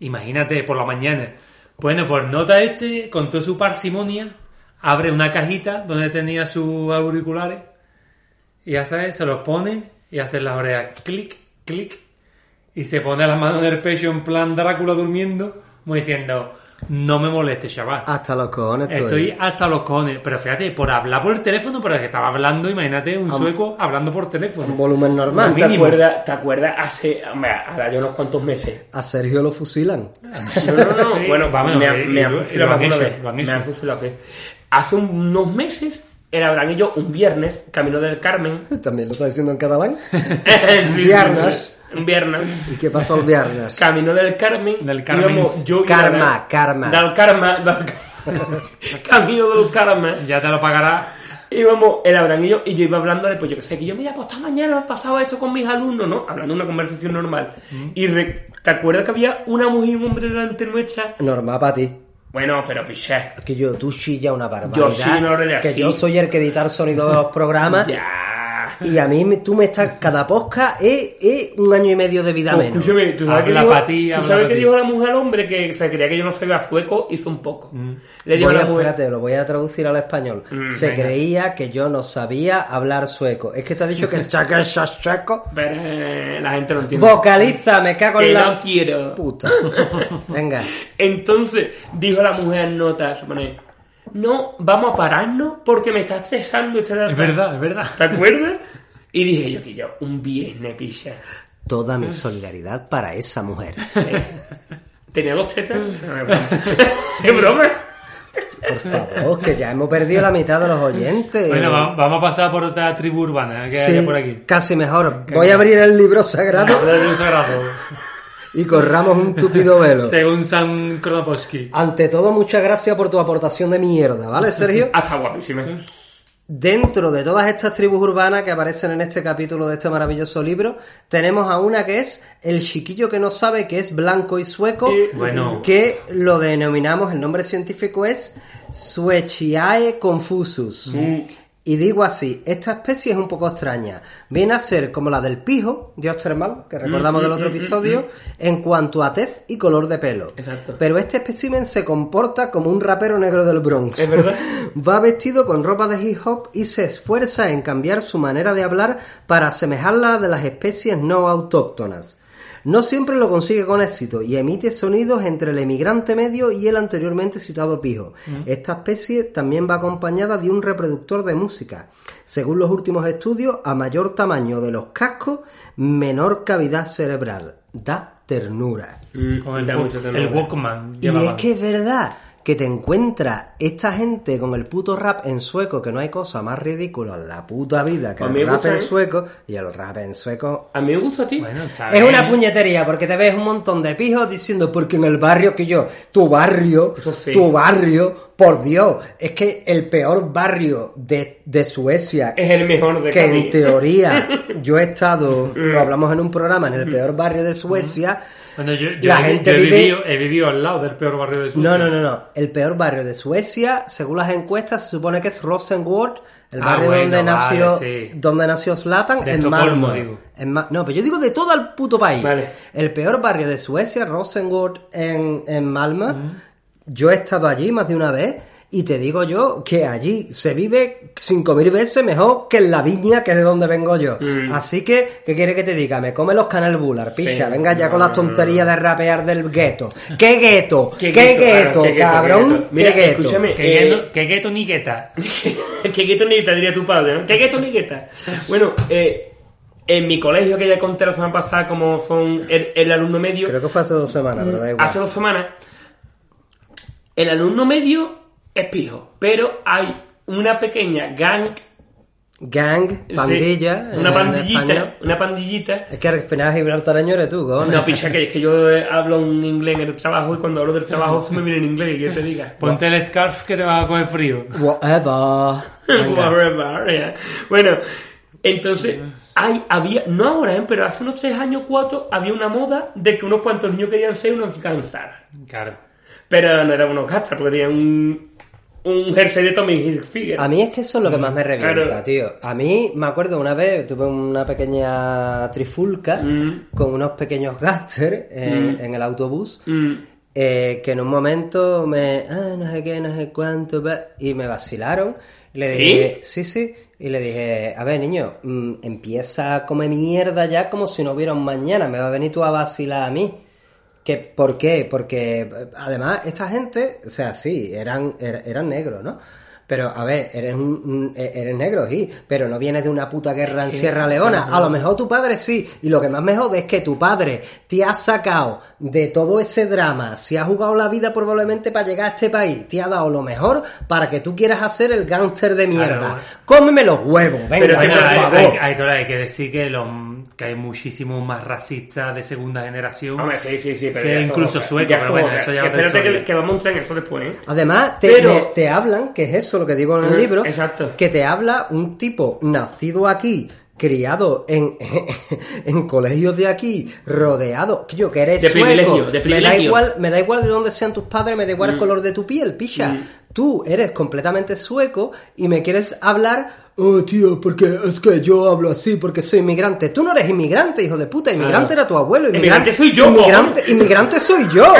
[SPEAKER 2] Imagínate, por la mañana. Bueno, pues nota este, con toda su parsimonia, abre una cajita donde tenía sus auriculares y ya sabes, se los pone y hace las orejas clic, clic y se pone las manos en el pecho en plan Drácula durmiendo, como diciendo, no me moleste, chaval.
[SPEAKER 3] Ah,
[SPEAKER 1] Hasta los cojones estoy.
[SPEAKER 2] Estoy hasta los cones, pero fíjate, por hablar por el teléfono, pero es que estaba hablando, imagínate,
[SPEAKER 3] Ah,
[SPEAKER 2] un sueco hablando por
[SPEAKER 1] Un
[SPEAKER 2] teléfono.
[SPEAKER 1] volumen normal.
[SPEAKER 3] ¿Tú ¿Te
[SPEAKER 2] mínimo.
[SPEAKER 3] acuerdas, ¿Te acuerdas hace, hombre, ahora yo unos cuantos meses?
[SPEAKER 1] A Sergio lo fusilan.
[SPEAKER 3] <laughs>
[SPEAKER 1] <laughs>
[SPEAKER 3] No, no, no.
[SPEAKER 2] <laughs>
[SPEAKER 3] <laughs>
[SPEAKER 2] Sí,
[SPEAKER 3] Bueno,
[SPEAKER 2] vámonos,
[SPEAKER 3] me,
[SPEAKER 2] eh,
[SPEAKER 3] han- me
[SPEAKER 2] y
[SPEAKER 3] han
[SPEAKER 2] lo- y
[SPEAKER 3] fusilado
[SPEAKER 2] lo han
[SPEAKER 3] alguna
[SPEAKER 2] hecho,
[SPEAKER 3] vez.
[SPEAKER 2] lo han
[SPEAKER 3] Me
[SPEAKER 2] hecho.
[SPEAKER 3] han fusilado hace. Hace unos meses, era Abraham y yo, un viernes, camino del
[SPEAKER 1] <laughs>
[SPEAKER 3] Carmen.
[SPEAKER 1] También lo está diciendo en catalán.
[SPEAKER 3] Un
[SPEAKER 1] Viernes.
[SPEAKER 3] Un viernes.
[SPEAKER 1] ¿Y qué pasó el
[SPEAKER 3] <laughs>
[SPEAKER 1] viernes?
[SPEAKER 3] Camino del Carmen.
[SPEAKER 2] Del Carmen.
[SPEAKER 3] íbamos yo y
[SPEAKER 1] Karma,
[SPEAKER 3] Abraham.
[SPEAKER 1] karma.
[SPEAKER 3] Del Karma. del Karma. <laughs> camino del Carmen.
[SPEAKER 2] Ya te lo pagará.
[SPEAKER 3] Íbamos el Abraham y yo, y yo iba hablándole, pues yo que sé, que yo mira, pues esta mañana me ha pasado esto con mis alumnos, ¿no? Hablando una conversación normal. Y re- ¿te acuerdas que había una mujer y un hombre delante nuestra?
[SPEAKER 1] Normal para ti.
[SPEAKER 3] Bueno, pero piché.
[SPEAKER 1] Que yo, tú chilla una barbaridad.
[SPEAKER 3] Yo sí, no lo
[SPEAKER 1] que
[SPEAKER 3] así.
[SPEAKER 1] yo soy el que editar sonido
[SPEAKER 3] <laughs>
[SPEAKER 1] de los programas.
[SPEAKER 3] Ya.
[SPEAKER 1] Y a mí me- tú me estás, cada posca es, es un año y medio de vida
[SPEAKER 3] Pues,
[SPEAKER 1] menos.
[SPEAKER 3] escúchame, ¿tú sabes qué
[SPEAKER 2] Habla
[SPEAKER 3] dijo,
[SPEAKER 2] pa' ti,
[SPEAKER 3] tú
[SPEAKER 2] habla
[SPEAKER 3] sabes
[SPEAKER 2] pa'
[SPEAKER 3] qué
[SPEAKER 2] ti.
[SPEAKER 3] dijo la mujer al hombre que se creía que yo no sabía sueco? Hizo un poco. Le dijo
[SPEAKER 1] Mm. Voy
[SPEAKER 3] a
[SPEAKER 1] a-
[SPEAKER 3] la mujer.
[SPEAKER 1] espérate, lo voy a traducir al español. Se
[SPEAKER 2] Mm, venga.
[SPEAKER 1] creía que yo no sabía hablar sueco. Es que te ha dicho que
[SPEAKER 2] <laughs>
[SPEAKER 1] el chaca es sueco.
[SPEAKER 3] Pero eh, la gente no entiende.
[SPEAKER 1] Vocaliza, me cago
[SPEAKER 3] que
[SPEAKER 1] en
[SPEAKER 3] no
[SPEAKER 1] la
[SPEAKER 3] quiero.
[SPEAKER 1] puta. Venga.
[SPEAKER 3] Entonces dijo la mujer en nota, se pone, no, vamos a pararnos porque me está estresando esta
[SPEAKER 2] Es verdad, es verdad.
[SPEAKER 3] <laughs> ¿Te acuerdas? Y dije yo que yo, un viernes, picha.
[SPEAKER 1] Toda mi solidaridad para esa mujer.
[SPEAKER 3] ¿Tenía dos tetas? No, es broma. ¿Es broma?
[SPEAKER 1] Por favor, que ya hemos perdido la mitad de los oyentes.
[SPEAKER 2] Bueno, va- vamos a pasar por otra tribu urbana que
[SPEAKER 1] Sí,
[SPEAKER 2] hay por
[SPEAKER 3] <laughs>
[SPEAKER 2] aquí.
[SPEAKER 1] casi mejor. Voy a abrir el libro sagrado
[SPEAKER 2] Habla de un sagrado.
[SPEAKER 1] y corramos un tupido velo.
[SPEAKER 2] Según San Kronoposki.
[SPEAKER 1] Ante todo, muchas gracias por tu aportación de mierda, ¿vale, Sergio?
[SPEAKER 3] Hasta guapísima.
[SPEAKER 1] Dentro de todas estas tribus urbanas que aparecen en este capítulo de este maravilloso libro, tenemos a una que es el chiquillo que no sabe que es blanco y sueco,
[SPEAKER 3] Eh,
[SPEAKER 2] bueno.
[SPEAKER 1] que lo denominamos, el nombre científico es Suechiae confusus.
[SPEAKER 3] Mm.
[SPEAKER 1] Y digo así, esta especie es un poco extraña. Viene a ser como la del pijo, dios termal, que recordamos
[SPEAKER 3] Mm,
[SPEAKER 1] del otro episodio, en cuanto a tez y color de pelo.
[SPEAKER 3] Exacto.
[SPEAKER 1] Pero este espécimen se comporta como un rapero negro del Bronx.
[SPEAKER 3] Es verdad.
[SPEAKER 1] <laughs> Va vestido con ropa de hip hop y se esfuerza en cambiar su manera de hablar para asemejarla a la de las especies no autóctonas. No siempre lo consigue con éxito y emite sonidos entre el emigrante medio y el anteriormente citado pijo.
[SPEAKER 3] Mm.
[SPEAKER 1] Esta especie también va acompañada de un reproductor de música. Según los últimos estudios, a mayor tamaño de los cascos, menor cavidad cerebral. Da ternura.
[SPEAKER 2] Con el,
[SPEAKER 3] Da
[SPEAKER 2] Walk-
[SPEAKER 3] mucho ¿eh?
[SPEAKER 2] el
[SPEAKER 3] dolor.
[SPEAKER 2] Walkman.
[SPEAKER 1] Y es
[SPEAKER 2] llevaban.
[SPEAKER 1] que es verdad que te encuentra esta gente con el puto rap en sueco, que no hay cosa más ridícula en la puta vida que
[SPEAKER 3] A
[SPEAKER 1] el
[SPEAKER 3] mí me
[SPEAKER 1] rap
[SPEAKER 3] gusta,
[SPEAKER 1] en
[SPEAKER 3] ¿eh?
[SPEAKER 1] sueco, y el rap en sueco...
[SPEAKER 3] A mí me gusta a ti.
[SPEAKER 2] Bueno, está
[SPEAKER 1] Es una
[SPEAKER 2] bien.
[SPEAKER 1] puñetería, porque te ves un montón de pijos diciendo, porque en el barrio que yo, tu barrio,
[SPEAKER 3] Eso sí.
[SPEAKER 1] tu barrio, por Dios, es que el peor barrio de, de Suecia,
[SPEAKER 3] es el mejor de
[SPEAKER 1] que
[SPEAKER 3] Cádiz.
[SPEAKER 1] en
[SPEAKER 3] <laughs>
[SPEAKER 1] teoría yo he estado,
[SPEAKER 3] Mm.
[SPEAKER 1] lo hablamos en un programa, en el peor barrio de Suecia,
[SPEAKER 2] Bueno, yo, yo
[SPEAKER 1] La
[SPEAKER 2] he-
[SPEAKER 1] gente
[SPEAKER 2] yo he,
[SPEAKER 1] vive-
[SPEAKER 2] vivido, he vivido al lado del peor barrio de
[SPEAKER 1] No,
[SPEAKER 2] Suecia.
[SPEAKER 1] no, no, no. El peor barrio de Suecia, según las encuestas, se supone que es Rosengård, el
[SPEAKER 2] Ah,
[SPEAKER 1] barrio
[SPEAKER 2] bueno,
[SPEAKER 1] donde,
[SPEAKER 2] vale,
[SPEAKER 1] nació,
[SPEAKER 2] sí.
[SPEAKER 1] donde nació Zlatan,
[SPEAKER 2] De
[SPEAKER 1] en
[SPEAKER 2] Estocolmo,
[SPEAKER 1] Malmö.
[SPEAKER 2] digo.
[SPEAKER 1] En Ma- no, pero yo digo de todo el puto país.
[SPEAKER 3] Vale.
[SPEAKER 1] El peor barrio de Suecia, Rosengård, en, en Malmö. Yo he estado allí más de una vez Y te digo yo que allí se vive 5.000 veces mejor que en la viña, que es de donde vengo yo.
[SPEAKER 3] Mm.
[SPEAKER 1] Así que, ¿qué quiere que te diga? Me come los canal bular, picha. Venga ya con las
[SPEAKER 3] no,
[SPEAKER 1] tonterías de rapear del gueto. ¿Qué gueto? ¿Qué, gueto,
[SPEAKER 3] claro, qué gueto, qué
[SPEAKER 1] cabrón?
[SPEAKER 3] gueto? Mira,
[SPEAKER 1] ¿Qué gueto?
[SPEAKER 3] escúchame.
[SPEAKER 2] Que
[SPEAKER 3] Eh,
[SPEAKER 2] gueto- que gueto ni gueta.
[SPEAKER 3] que gueto ni gueta, diría tu padre, ¿no? Que gueto ni gueta. Bueno, eh, en mi colegio, que ya conté la semana pasada como son el, el alumno medio,
[SPEAKER 1] Creo que fue hace dos semanas, pero da igual.
[SPEAKER 3] mm, hace dos semanas, el alumno medio es pijo, pero hay una pequeña gang,
[SPEAKER 1] Gang,
[SPEAKER 3] sí,
[SPEAKER 1] pandilla. en-
[SPEAKER 3] una
[SPEAKER 1] en
[SPEAKER 3] pandillita,
[SPEAKER 1] español.
[SPEAKER 3] una pandillita.
[SPEAKER 1] Es que al final gibraltareño eres tú, cojones.
[SPEAKER 3] No, picha, que es que yo eh, hablo un inglés en el trabajo y cuando hablo del trabajo se me viene en inglés, que te diga.
[SPEAKER 2] Ponte el scarf que te vas a coger frío.
[SPEAKER 1] Whatever. <laughs> Venga.
[SPEAKER 3] <laughs> Whatever, yeah. Bueno, entonces, hay, había, no ahora, ¿eh? pero hace unos tres años, cuatro, había una moda de que unos cuantos niños querían ser unos gangsters.
[SPEAKER 2] Claro.
[SPEAKER 3] Pero no eran unos gangsters, porque tenían un, un jersey de Tommy Hilfiger.
[SPEAKER 1] A mí es que eso es lo que más me revienta,
[SPEAKER 3] Claro.
[SPEAKER 1] tío. A mí, me acuerdo una vez, tuve una pequeña trifulca
[SPEAKER 3] Mm.
[SPEAKER 1] con unos pequeños gángsters en,
[SPEAKER 3] Mm.
[SPEAKER 1] en el autobús.
[SPEAKER 3] Mm.
[SPEAKER 1] eh, que en un momento me. Ah, no sé qué, no sé cuánto. va", Y me vacilaron. Le
[SPEAKER 3] ¿Sí?
[SPEAKER 1] dije. Sí, sí. Y le dije, a ver, niño, mm, empieza a comer mierda ya como si no hubiera un mañana. Me va a venir tú a vacilar a mí. Que, ¿Por qué? Porque eh, además esta gente, o sea, sí, eran, er- eran negros, ¿no? Pero, a ver, eres, un, un- e- eres negro, sí, pero no vienes de una puta guerra en Sierra Leona. A lo mejor tu padre sí, y lo que más me jode es que tu padre te ha sacado de todo ese drama, se ha jugado la vida probablemente para llegar a este país, te ha dado lo mejor para que tú quieras hacer el gángster de mierda.
[SPEAKER 2] Claro.
[SPEAKER 1] Cómeme los huevos, venga,
[SPEAKER 3] Pero que
[SPEAKER 2] Bueno,
[SPEAKER 1] por
[SPEAKER 3] te-
[SPEAKER 2] hay,
[SPEAKER 1] favor.
[SPEAKER 2] hay- hay- claro, hay que decir que, los- que hay muchísimos más racistas de segunda generación.
[SPEAKER 3] Hombre, sí, sí, sí, pero
[SPEAKER 2] Que
[SPEAKER 3] ya son
[SPEAKER 2] incluso
[SPEAKER 3] otras,
[SPEAKER 2] sueco,
[SPEAKER 3] ya
[SPEAKER 2] pero
[SPEAKER 3] son
[SPEAKER 2] bueno,
[SPEAKER 3] otras.
[SPEAKER 2] eso ya es otra
[SPEAKER 3] Espérate que,
[SPEAKER 2] historia.
[SPEAKER 3] que vamos a entrar en eso después, ¿eh?
[SPEAKER 1] Además, te,
[SPEAKER 3] Pero-
[SPEAKER 1] me- te hablan, que es eso lo que digo en el
[SPEAKER 3] Mm,
[SPEAKER 1] libro,
[SPEAKER 3] exacto.
[SPEAKER 1] que te habla un tipo nacido aquí, criado en, <laughs> en colegios de aquí, rodeado, que yo que eres
[SPEAKER 3] De
[SPEAKER 1] sueco,
[SPEAKER 3] privilegio, de
[SPEAKER 1] me da
[SPEAKER 3] privilegio.
[SPEAKER 1] igual, me da igual de dónde sean tus padres, me da igual el color de tu piel, picha.
[SPEAKER 3] Mm.
[SPEAKER 1] Tú eres completamente sueco y me quieres hablar Oh, tío, porque es que yo hablo así porque soy inmigrante. Tú no eres inmigrante, hijo de puta. Inmigrante
[SPEAKER 3] Claro.
[SPEAKER 1] era tu abuelo.
[SPEAKER 3] Ah. Inmigrante soy yo,
[SPEAKER 1] Inmigrante, inmigrante soy yo.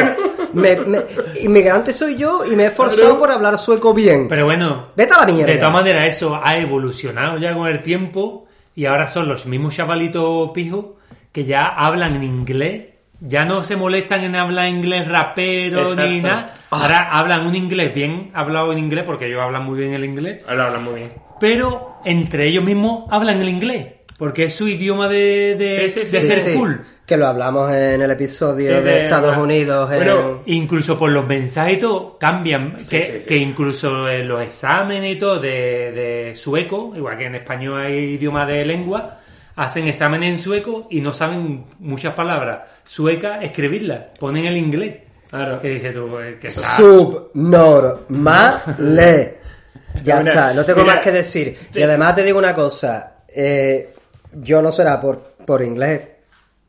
[SPEAKER 1] Me- me- inmigrante soy yo y me he esforzado
[SPEAKER 3] Pero-
[SPEAKER 1] por hablar sueco bien.
[SPEAKER 2] Pero bueno,
[SPEAKER 1] Vete a la mierda.
[SPEAKER 2] de todas maneras eso ha evolucionado ya con el tiempo y ahora son los mismos chavalitos pijos que ya hablan en inglés. Ya no se molestan en hablar inglés rapero ni
[SPEAKER 3] Exacto. Ah.
[SPEAKER 2] nada. Ahora hablan un inglés bien hablado en inglés, porque ellos hablan muy bien el inglés.
[SPEAKER 3] Ahora hablan muy bien.
[SPEAKER 2] pero entre ellos mismos hablan el inglés, porque es su idioma de, de,
[SPEAKER 3] Sí, sí,
[SPEAKER 2] de
[SPEAKER 3] sí,
[SPEAKER 2] ser
[SPEAKER 1] Sí,
[SPEAKER 2] cool.
[SPEAKER 1] Que lo hablamos en el episodio de
[SPEAKER 3] Sí, de-
[SPEAKER 1] Estados Unidos. en-
[SPEAKER 3] Bueno,
[SPEAKER 2] Incluso por los mensajes y todo cambian,
[SPEAKER 3] Sí,
[SPEAKER 2] que,
[SPEAKER 3] sí, sí.
[SPEAKER 2] que incluso eh, los exámenes y todo de, de sueco, igual que en español hay idioma de lengua, hacen exámenes en sueco y no saben muchas palabras suecas escribirlas, ponen el inglés.
[SPEAKER 3] Claro.
[SPEAKER 2] Que dices tú, eh, que está...
[SPEAKER 1] Subnormale. Ya
[SPEAKER 3] Mira,
[SPEAKER 1] está, no tengo
[SPEAKER 3] mira,
[SPEAKER 1] más que decir.
[SPEAKER 3] sí.
[SPEAKER 1] Y además te digo una cosa. eh, yo no será por, por inglés.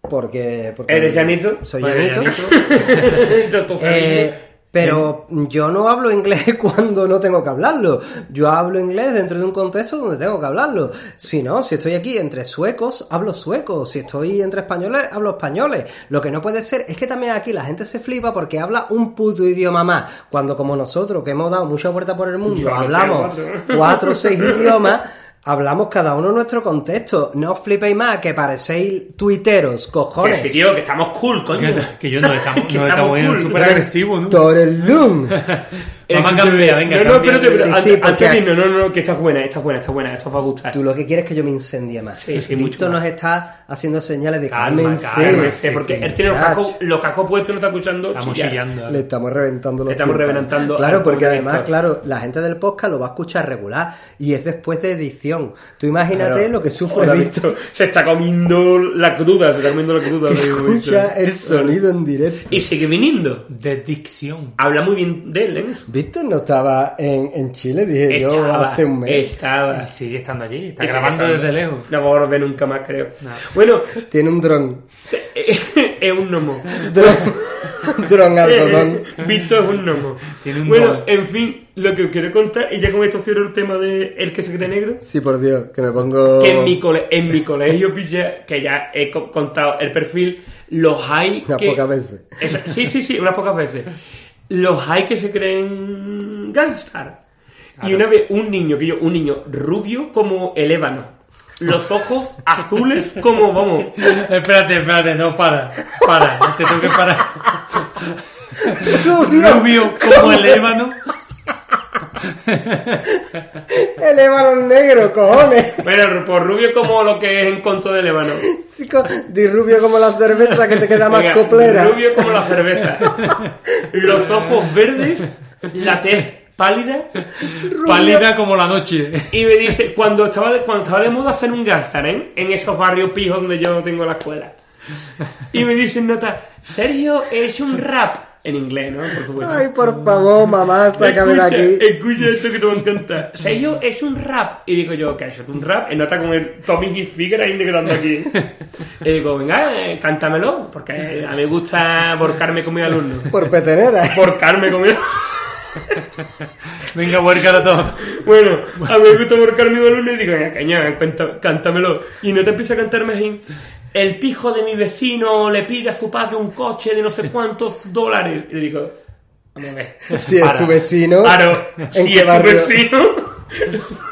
[SPEAKER 1] Porque, porque
[SPEAKER 3] ¿Eres llanito?
[SPEAKER 1] Soy
[SPEAKER 2] Vale,
[SPEAKER 1] llanito.
[SPEAKER 2] llanito.
[SPEAKER 3] <laughs> Entonces,
[SPEAKER 1] Eh, pero yo no hablo inglés <laughs> cuando no tengo que hablarlo. Yo hablo inglés dentro de un contexto donde tengo que hablarlo. Si no, si estoy aquí entre suecos, hablo sueco. Si estoy entre españoles, hablo españoles. Lo que no puede ser es que también aquí la gente se flipa porque habla un puto idioma más. Cuando como nosotros, que hemos dado mucha vuelta por el mundo,
[SPEAKER 3] Yo hablo
[SPEAKER 1] hablamos
[SPEAKER 3] tres o
[SPEAKER 1] <laughs>
[SPEAKER 3] cuatro.
[SPEAKER 1] cuatro o seis idiomas, hablamos cada uno nuestro contexto. No os flipéis más que parecéis tuiteros,
[SPEAKER 3] que
[SPEAKER 1] cojones.
[SPEAKER 3] sí, tío, que estamos cool, coño.
[SPEAKER 2] Que, que yo no estamos,
[SPEAKER 3] <laughs> Que
[SPEAKER 2] no
[SPEAKER 3] estamos
[SPEAKER 2] estamos
[SPEAKER 3] cool. Eh,
[SPEAKER 2] súper agresivos, ¿no?
[SPEAKER 1] Torellum.
[SPEAKER 2] Vamos a
[SPEAKER 3] Escúchame,
[SPEAKER 2] cambiar, venga,
[SPEAKER 3] No, no,
[SPEAKER 2] cambia.
[SPEAKER 3] espérate, pero
[SPEAKER 1] Sí,
[SPEAKER 3] an-
[SPEAKER 1] sí,
[SPEAKER 3] antes
[SPEAKER 1] porque
[SPEAKER 3] de
[SPEAKER 1] aquí-
[SPEAKER 3] irnos, no, no, no, que está buena, está buena, está buena, esto os va a gustar.
[SPEAKER 1] Tú lo que quieres es que yo me incendie más.
[SPEAKER 3] Sí, sí,
[SPEAKER 1] Víctor
[SPEAKER 3] mucho
[SPEAKER 1] nos
[SPEAKER 3] más.
[SPEAKER 1] está haciendo señales de
[SPEAKER 3] Ah,
[SPEAKER 2] Calma,
[SPEAKER 1] cálmense.
[SPEAKER 2] calma,
[SPEAKER 3] Sí, porque
[SPEAKER 2] sí,
[SPEAKER 3] él tiene los
[SPEAKER 1] chacho.
[SPEAKER 3] cacos, los cacos puestos, no está escuchando.
[SPEAKER 2] Estamos
[SPEAKER 3] chillar.
[SPEAKER 2] chillando.
[SPEAKER 1] Le estamos reventando los
[SPEAKER 3] Le estamos
[SPEAKER 1] tímpanos.
[SPEAKER 3] reventando
[SPEAKER 1] Claro,
[SPEAKER 3] al
[SPEAKER 1] porque
[SPEAKER 3] pobre
[SPEAKER 1] además,
[SPEAKER 3] Víctor.
[SPEAKER 1] claro, la gente del podcast lo va a escuchar regular y es después de edición. Tú imagínate
[SPEAKER 3] Claro.
[SPEAKER 1] lo que sufre
[SPEAKER 3] Hola,
[SPEAKER 1] Víctor.
[SPEAKER 3] Víctor. Se está comiendo la cruda, se está comiendo la cruda.
[SPEAKER 1] que <laughs>
[SPEAKER 3] amigo
[SPEAKER 1] Escucha
[SPEAKER 3] Víctor.
[SPEAKER 1] el sonido en directo.
[SPEAKER 3] Y sigue viniendo.
[SPEAKER 2] De dicción.
[SPEAKER 3] Habla muy bien de él, ¿eh? Eso.
[SPEAKER 1] Víctor no estaba en, en Chile, dije yo,
[SPEAKER 3] Estaba,
[SPEAKER 1] hace un mes.
[SPEAKER 3] Estaba.
[SPEAKER 2] Y sigue estando allí, está
[SPEAKER 3] Y sigue
[SPEAKER 2] grabando
[SPEAKER 3] estando.
[SPEAKER 2] desde lejos. <laughs>
[SPEAKER 3] No va a volver nunca más, creo. Bueno, eh,
[SPEAKER 1] Tiene un
[SPEAKER 3] <laughs>
[SPEAKER 1] dron.
[SPEAKER 3] es un gnomo. Eh,
[SPEAKER 1] Dron,
[SPEAKER 3] <laughs>
[SPEAKER 1] dron algodón.
[SPEAKER 3] Víctor es un gnomo.
[SPEAKER 2] Tiene un
[SPEAKER 3] bueno,
[SPEAKER 2] don.
[SPEAKER 3] en fin, lo que os quiero contar, y ya con esto cierro el tema de el que se cree negro.
[SPEAKER 1] Sí, por Dios, que me pongo...
[SPEAKER 3] Que en mi, cole- en mi colegio, pilla, que ya he co- contado el perfil, los hay
[SPEAKER 1] Unas
[SPEAKER 3] que... <laughs>
[SPEAKER 1] pocas veces.
[SPEAKER 3] Esa- sí, sí, sí, unas pocas veces. los hay que se creen gangstar. Y una vez un niño, que yo, un niño rubio como el ébano,
[SPEAKER 2] <laughs>
[SPEAKER 3] los ojos azules como, vamos,
[SPEAKER 2] Espérate, espérate, <laughs> no, para. Para, te tengo que parar.
[SPEAKER 1] <laughs> Rubio.
[SPEAKER 2] Rubio como el ébano.
[SPEAKER 1] El ébano negro, cojones.
[SPEAKER 3] bueno, por rubio como lo que es en contra del ébano.
[SPEAKER 1] Chico, Di rubio como la cerveza que te queda más
[SPEAKER 3] Venga,
[SPEAKER 1] coplera.
[SPEAKER 3] Rubio como
[SPEAKER 2] <laughs>
[SPEAKER 3] la cerveza. Los ojos verdes, la tez pálida,
[SPEAKER 2] Pálida como la noche. <laughs>
[SPEAKER 3] Y me dice, cuando estaba de, cuando estaba de moda hacer un gangstar, ¿eh? En esos barrios pijos donde yo tengo la escuela. Y me dicen, nota, Sergio, he hecho un rap. En inglés, ¿no? Por supuesto.
[SPEAKER 1] Ay, por favor, mamá, sácame de
[SPEAKER 3] escucha, eh,
[SPEAKER 1] aquí.
[SPEAKER 3] escucha esto que te va a encantar. Sergio, es un rap. Y digo yo, ¿qué ha hecho tú un rap? Y nota con el Tommy Hilfiger ahí
[SPEAKER 1] <laughs>
[SPEAKER 3] negrando aquí. y digo, venga, eh, cántamelo, porque a mí me gusta borcarme con mi alumno.
[SPEAKER 1] Por petenera.
[SPEAKER 3] Borcarme con mi
[SPEAKER 2] Venga, huércalo todo.
[SPEAKER 3] Bueno, a mí me gusta marcar mi balón y digo, venga, caña, cuenta- cántamelo. Y no te empieza a cantar más en, El pijo de mi vecino le pide a su padre un coche de no sé cuántos dólares. Y le digo, vamos a ver.
[SPEAKER 1] Si es tu vecino,
[SPEAKER 3] Claro,
[SPEAKER 1] ¿en
[SPEAKER 3] si
[SPEAKER 1] qué
[SPEAKER 3] es tu
[SPEAKER 1] barrio?
[SPEAKER 3] vecino,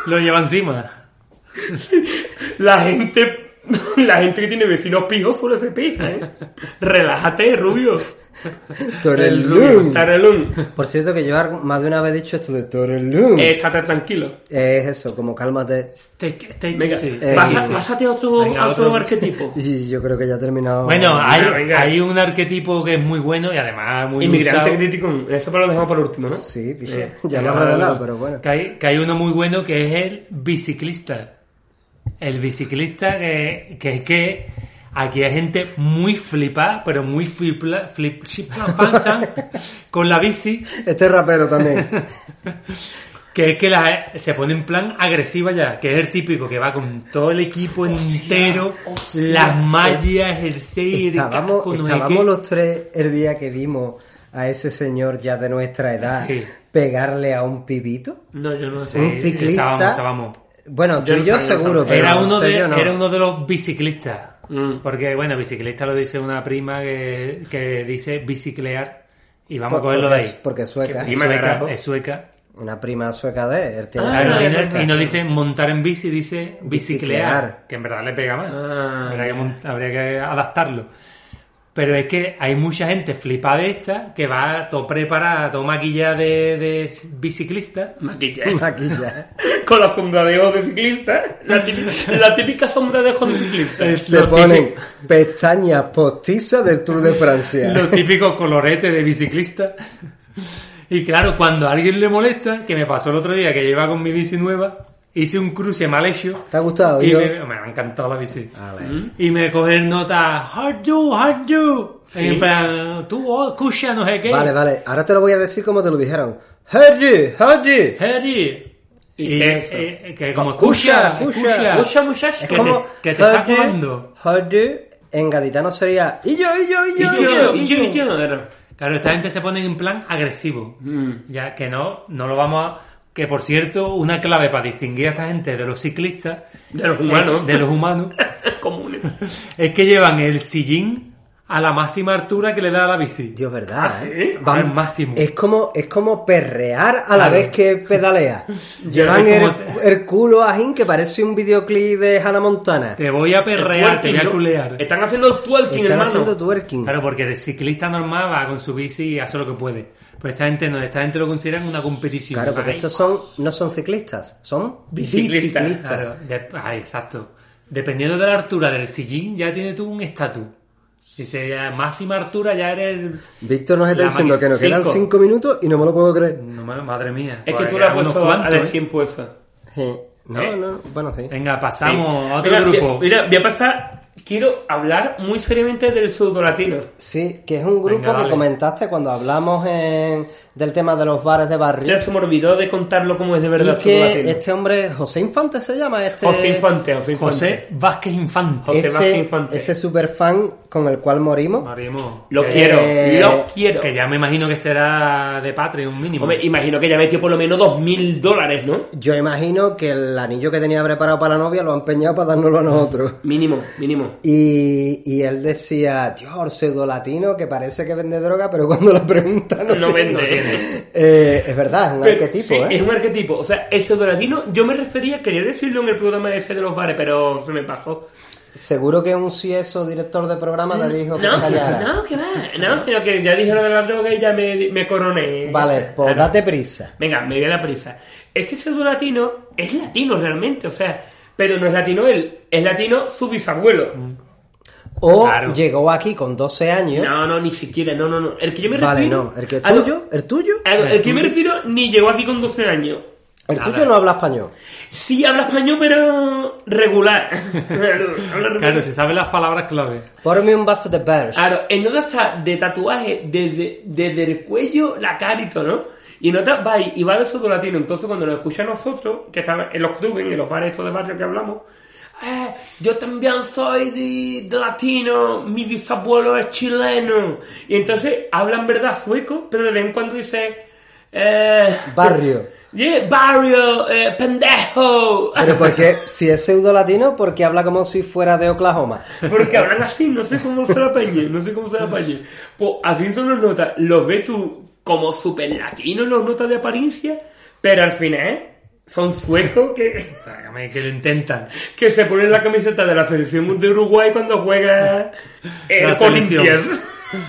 [SPEAKER 2] Lo lleva encima.
[SPEAKER 3] la gente. La gente que tiene vecinos pijos suele ser pija, ¿eh? Relájate, rubio.
[SPEAKER 1] Torelum.
[SPEAKER 3] Sarelum.
[SPEAKER 1] Por cierto, que yo algo- más de una vez he dicho esto de Torelum.
[SPEAKER 3] Eh, estate tranquilo.
[SPEAKER 1] Es eso, como cálmate.
[SPEAKER 2] Take, it, take it
[SPEAKER 3] Venga,
[SPEAKER 2] easy.
[SPEAKER 1] Eh,
[SPEAKER 3] pasa-
[SPEAKER 1] sí.
[SPEAKER 3] pásate a otro,
[SPEAKER 2] Venga,
[SPEAKER 3] a otro,
[SPEAKER 2] otro.
[SPEAKER 3] arquetipo.
[SPEAKER 1] Y yo creo que ya he terminado.
[SPEAKER 2] Bueno, hay,
[SPEAKER 3] venga.
[SPEAKER 2] hay un arquetipo que es muy bueno y además muy
[SPEAKER 3] Inmigrante
[SPEAKER 2] usado,
[SPEAKER 3] crítico. Eso para lo dejamos para último, ¿no?
[SPEAKER 1] Sí, piche,
[SPEAKER 3] Eh, ah,
[SPEAKER 1] ya lo he revelado, pero bueno.
[SPEAKER 2] Que hay, que hay uno muy bueno que es el biciclista. El biciclista que, que es que aquí hay gente muy flipada, pero muy flipla, flip, chipla-
[SPEAKER 1] <laughs>
[SPEAKER 2] panza con la bici,
[SPEAKER 1] Este rapero
[SPEAKER 3] <laughs>
[SPEAKER 1] también.
[SPEAKER 2] que es que la- se pone en plan agresiva ya, que es el típico que va con todo el equipo entero, las mallas, el jersey, el
[SPEAKER 1] estábamos
[SPEAKER 2] casco, no sé
[SPEAKER 1] estábamos
[SPEAKER 2] qué.
[SPEAKER 1] los tres el día que vimos a ese señor ya de nuestra edad
[SPEAKER 2] Sí.
[SPEAKER 1] pegarle a un pibito.
[SPEAKER 3] No, yo no sé.
[SPEAKER 1] un
[SPEAKER 2] Sí,
[SPEAKER 1] ciclista.
[SPEAKER 2] Estábamos, estábamos.
[SPEAKER 1] Bueno, tú
[SPEAKER 3] Yo
[SPEAKER 1] y
[SPEAKER 3] no
[SPEAKER 1] yo
[SPEAKER 3] sabía, no
[SPEAKER 1] seguro,
[SPEAKER 3] sabía.
[SPEAKER 1] pero
[SPEAKER 2] Era uno, de,
[SPEAKER 1] Sergio no.
[SPEAKER 2] era uno de los biciclistas.
[SPEAKER 3] Mm.
[SPEAKER 2] Porque, bueno, biciclista lo dice una prima que, que dice biciclear. Y vamos
[SPEAKER 1] Por-
[SPEAKER 2] a cogerlo de
[SPEAKER 1] porque
[SPEAKER 2] ahí.
[SPEAKER 1] es- porque es sueca.
[SPEAKER 2] Que-
[SPEAKER 3] Prima, carajo.
[SPEAKER 2] Es sueca.
[SPEAKER 1] Una prima sueca de él. <laughs> tiene
[SPEAKER 3] Ah,
[SPEAKER 1] una
[SPEAKER 2] Claro, y,
[SPEAKER 1] prima
[SPEAKER 2] no,
[SPEAKER 1] sueca.
[SPEAKER 2] y no dice montar en bici, dice biciclear,
[SPEAKER 1] Biciclear.
[SPEAKER 2] que en verdad le pega más.
[SPEAKER 3] Ah,
[SPEAKER 2] habría, que, mon- habría que adaptarlo. Pero es que hay mucha gente flipada de esta que va todo preparada, todo maquillada de, de biciclista.
[SPEAKER 3] Maquillaje.
[SPEAKER 2] <laughs>
[SPEAKER 1] Maquilla.
[SPEAKER 3] <laughs> Con la sombra de ojos de ciclista. La típica, la típica sombra de ojos de ciclista.
[SPEAKER 1] Se ponen pestañas postizas del Tour de
[SPEAKER 2] <laughs>
[SPEAKER 1] Francia.
[SPEAKER 2] Lo típico colorete de biciclista. Y claro, cuando a alguien le molesta, que me pasó el otro día que yo iba con mi bici nueva, hice un cruce mal hecho.
[SPEAKER 1] ¿Te ha gustado?
[SPEAKER 2] Y
[SPEAKER 1] yo?
[SPEAKER 2] me, me ha encantado la bici.
[SPEAKER 1] Vale.
[SPEAKER 2] Y me coge el nota, hard you, hard you.
[SPEAKER 3] Sí.
[SPEAKER 2] En plan, tú, oh, escucha, no sé qué.
[SPEAKER 1] vale, vale. Ahora te lo voy a decir como te lo dijeron. Heard you, heard you.
[SPEAKER 2] Harry.
[SPEAKER 3] ¿Y
[SPEAKER 2] Y
[SPEAKER 3] qué
[SPEAKER 2] que,
[SPEAKER 3] es eso?
[SPEAKER 2] eh, que como,
[SPEAKER 1] Escucha,
[SPEAKER 2] escucha,
[SPEAKER 1] escucha.
[SPEAKER 2] escucha,
[SPEAKER 3] Escucha, muchacho.
[SPEAKER 2] Es
[SPEAKER 3] que
[SPEAKER 2] como-
[SPEAKER 3] te-
[SPEAKER 2] que te está
[SPEAKER 1] Heard you,
[SPEAKER 2] colando.
[SPEAKER 1] heard you. En gaditano sería. Y yo, y yo, y yo.
[SPEAKER 3] Y yo, y yo, y yo. Era-
[SPEAKER 2] Claro, esta gente se pone en plan agresivo.
[SPEAKER 3] Mm.
[SPEAKER 2] Ya que no, no lo vamos a. Que por cierto, una clave para distinguir a esta gente de los ciclistas.
[SPEAKER 3] De los humanos.
[SPEAKER 2] eh, De los humanos.
[SPEAKER 3] <laughs> Comunes.
[SPEAKER 2] <laughs> es que llevan el sillín a la máxima altura que le da a la bici.
[SPEAKER 1] Dios, ¿verdad?
[SPEAKER 3] Ah,
[SPEAKER 1] eh?
[SPEAKER 3] sí.
[SPEAKER 1] Van-
[SPEAKER 2] Al máximo.
[SPEAKER 1] Es como, es como perrear a la
[SPEAKER 2] Claro.
[SPEAKER 1] vez que
[SPEAKER 2] <laughs>
[SPEAKER 1] pedalea. Llevan
[SPEAKER 2] es
[SPEAKER 1] el,
[SPEAKER 2] como
[SPEAKER 1] el culo ajín que parece un videoclip de Hannah Montana.
[SPEAKER 2] Te voy a perrear, te
[SPEAKER 3] Twerking,
[SPEAKER 2] voy a
[SPEAKER 3] ¿no?
[SPEAKER 2] culear.
[SPEAKER 3] Están haciendo twerking,
[SPEAKER 1] Están haciendo
[SPEAKER 3] hermano.
[SPEAKER 1] twerking.
[SPEAKER 2] Claro, porque el ciclista normal va con su bici y hace lo que puede. Pero esta gente no, esta gente lo consideran una competición.
[SPEAKER 1] Claro, porque
[SPEAKER 2] Ay,
[SPEAKER 1] estos son, no son ciclistas, son
[SPEAKER 3] Biciclistas,
[SPEAKER 1] biciclistas.
[SPEAKER 2] claro, de- ay, exacto. Dependiendo de la altura del sillín, ya tienes tú un estatus. Dice, ya, máxima altura ya eres... el-
[SPEAKER 1] Víctor nos está
[SPEAKER 2] La
[SPEAKER 1] diciendo que nos
[SPEAKER 3] cinco.
[SPEAKER 1] quedan 5 minutos y no me lo puedo creer.
[SPEAKER 2] No, ma- madre mía.
[SPEAKER 3] Es que
[SPEAKER 2] Pues,
[SPEAKER 3] tú le has
[SPEAKER 2] unos
[SPEAKER 3] puesto
[SPEAKER 2] cuantos,
[SPEAKER 3] al
[SPEAKER 2] ¿eh?
[SPEAKER 3] tiempo eso.
[SPEAKER 1] Sí. No,
[SPEAKER 3] Eh.
[SPEAKER 1] no, bueno, sí.
[SPEAKER 2] Venga, pasamos a otro
[SPEAKER 3] Mira,
[SPEAKER 2] grupo.
[SPEAKER 3] Mira, mira, voy a pasar... Quiero hablar muy seriamente del pseudo latino.
[SPEAKER 1] Sí, que es un grupo
[SPEAKER 2] Venga,
[SPEAKER 1] que
[SPEAKER 2] dale.
[SPEAKER 1] comentaste cuando hablamos en, del tema de los bares de barrio.
[SPEAKER 3] Ya se me olvidó de contarlo como es de
[SPEAKER 1] Y
[SPEAKER 3] verdad.
[SPEAKER 1] que
[SPEAKER 3] Zulu Latino.
[SPEAKER 1] este hombre, José Infante se llama, este...
[SPEAKER 3] José Infante, José Infante.
[SPEAKER 2] José Vázquez Infante.
[SPEAKER 3] José Vázquez
[SPEAKER 1] ese,
[SPEAKER 3] Infante.
[SPEAKER 1] ese superfan con el cual morimos.
[SPEAKER 2] Marimo,
[SPEAKER 3] Lo
[SPEAKER 2] que-
[SPEAKER 3] quiero,
[SPEAKER 1] Eh,
[SPEAKER 3] lo quiero.
[SPEAKER 2] Que ya me imagino que será de Patreon mínimo.
[SPEAKER 3] Hombre, imagino que ya metió por lo menos dos mil dólares, ¿no?
[SPEAKER 1] Yo imagino que el anillo que tenía preparado para la novia lo ha empeñado para dárnoslo a nosotros.
[SPEAKER 3] Mínimo, mínimo.
[SPEAKER 1] Y, y él decía, Dios, pseudo latino que parece que vende droga, pero cuando la pregunta no,
[SPEAKER 3] <laughs> No
[SPEAKER 1] tiene".
[SPEAKER 3] vende.
[SPEAKER 1] Eh, es verdad, es un
[SPEAKER 3] Pero,
[SPEAKER 1] arquetipo,
[SPEAKER 3] sí,
[SPEAKER 1] ¿eh?
[SPEAKER 3] Es un arquetipo. O sea, el pseudolatino, yo me refería, quería decirlo en el programa ese de los bares, pero se me pasó.
[SPEAKER 1] Seguro que un CIESO director de programa le dijo que
[SPEAKER 3] No,
[SPEAKER 1] callara.
[SPEAKER 3] no, que va. No, sino que ya dije lo de la droga y ya me, me coroné.
[SPEAKER 1] Vale, pues
[SPEAKER 3] Ah, no.
[SPEAKER 1] date prisa.
[SPEAKER 3] Venga, me voy a la prisa. Este pseudo latino es latino realmente, o sea, pero no es latino él, es latino su bisabuelo.
[SPEAKER 1] O
[SPEAKER 2] Claro.
[SPEAKER 1] llegó aquí con 12 años.
[SPEAKER 3] No, no, ni siquiera, no, no, no. El que yo me
[SPEAKER 1] ¿Eh? vale,
[SPEAKER 3] refiero. Ah,
[SPEAKER 1] no. El que es
[SPEAKER 3] a lo-
[SPEAKER 1] tuyo, el tuyo. Eh,
[SPEAKER 3] a lo- el Ah, que me refiero ni llegó aquí con 12 años.
[SPEAKER 1] El
[SPEAKER 2] Nada.
[SPEAKER 1] tuyo no habla español.
[SPEAKER 3] Sí, habla español, pero <laughs> regular. Habla
[SPEAKER 2] Claro,
[SPEAKER 3] regular.
[SPEAKER 2] se sabe las palabras clave.
[SPEAKER 1] Ponme un vaso de Bersh.
[SPEAKER 3] Claro, el nota está de tatuaje desde, desde el cuello, la cara y todo, ¿no? Y nota va y, y va de sudo latino. Entonces, cuando nos escucha a nosotros, que están en los clubes, en los bares estos de barrio que hablamos, "Eh, yo también soy de, de latino, mi bisabuelo es chileno. Y entonces hablan verdad sueco, pero de vez en cuando dice. Eh,
[SPEAKER 1] Barrio.
[SPEAKER 3] <laughs> yeah, barrio, eh, pendejo.
[SPEAKER 1] Pero porque, si es pseudo latino, porque habla como si fuera de Oklahoma.
[SPEAKER 3] Porque hablan así, no sé cómo se la apañe, no sé cómo se la apañe. Pues así son los notas, los ves tú como super latinos los notas de apariencia, pero al final son suecos que,
[SPEAKER 2] O sea, que, lo intentan.
[SPEAKER 3] que se ponen la camiseta de la selección de Uruguay cuando juega el
[SPEAKER 2] La selección.
[SPEAKER 3] Corinthians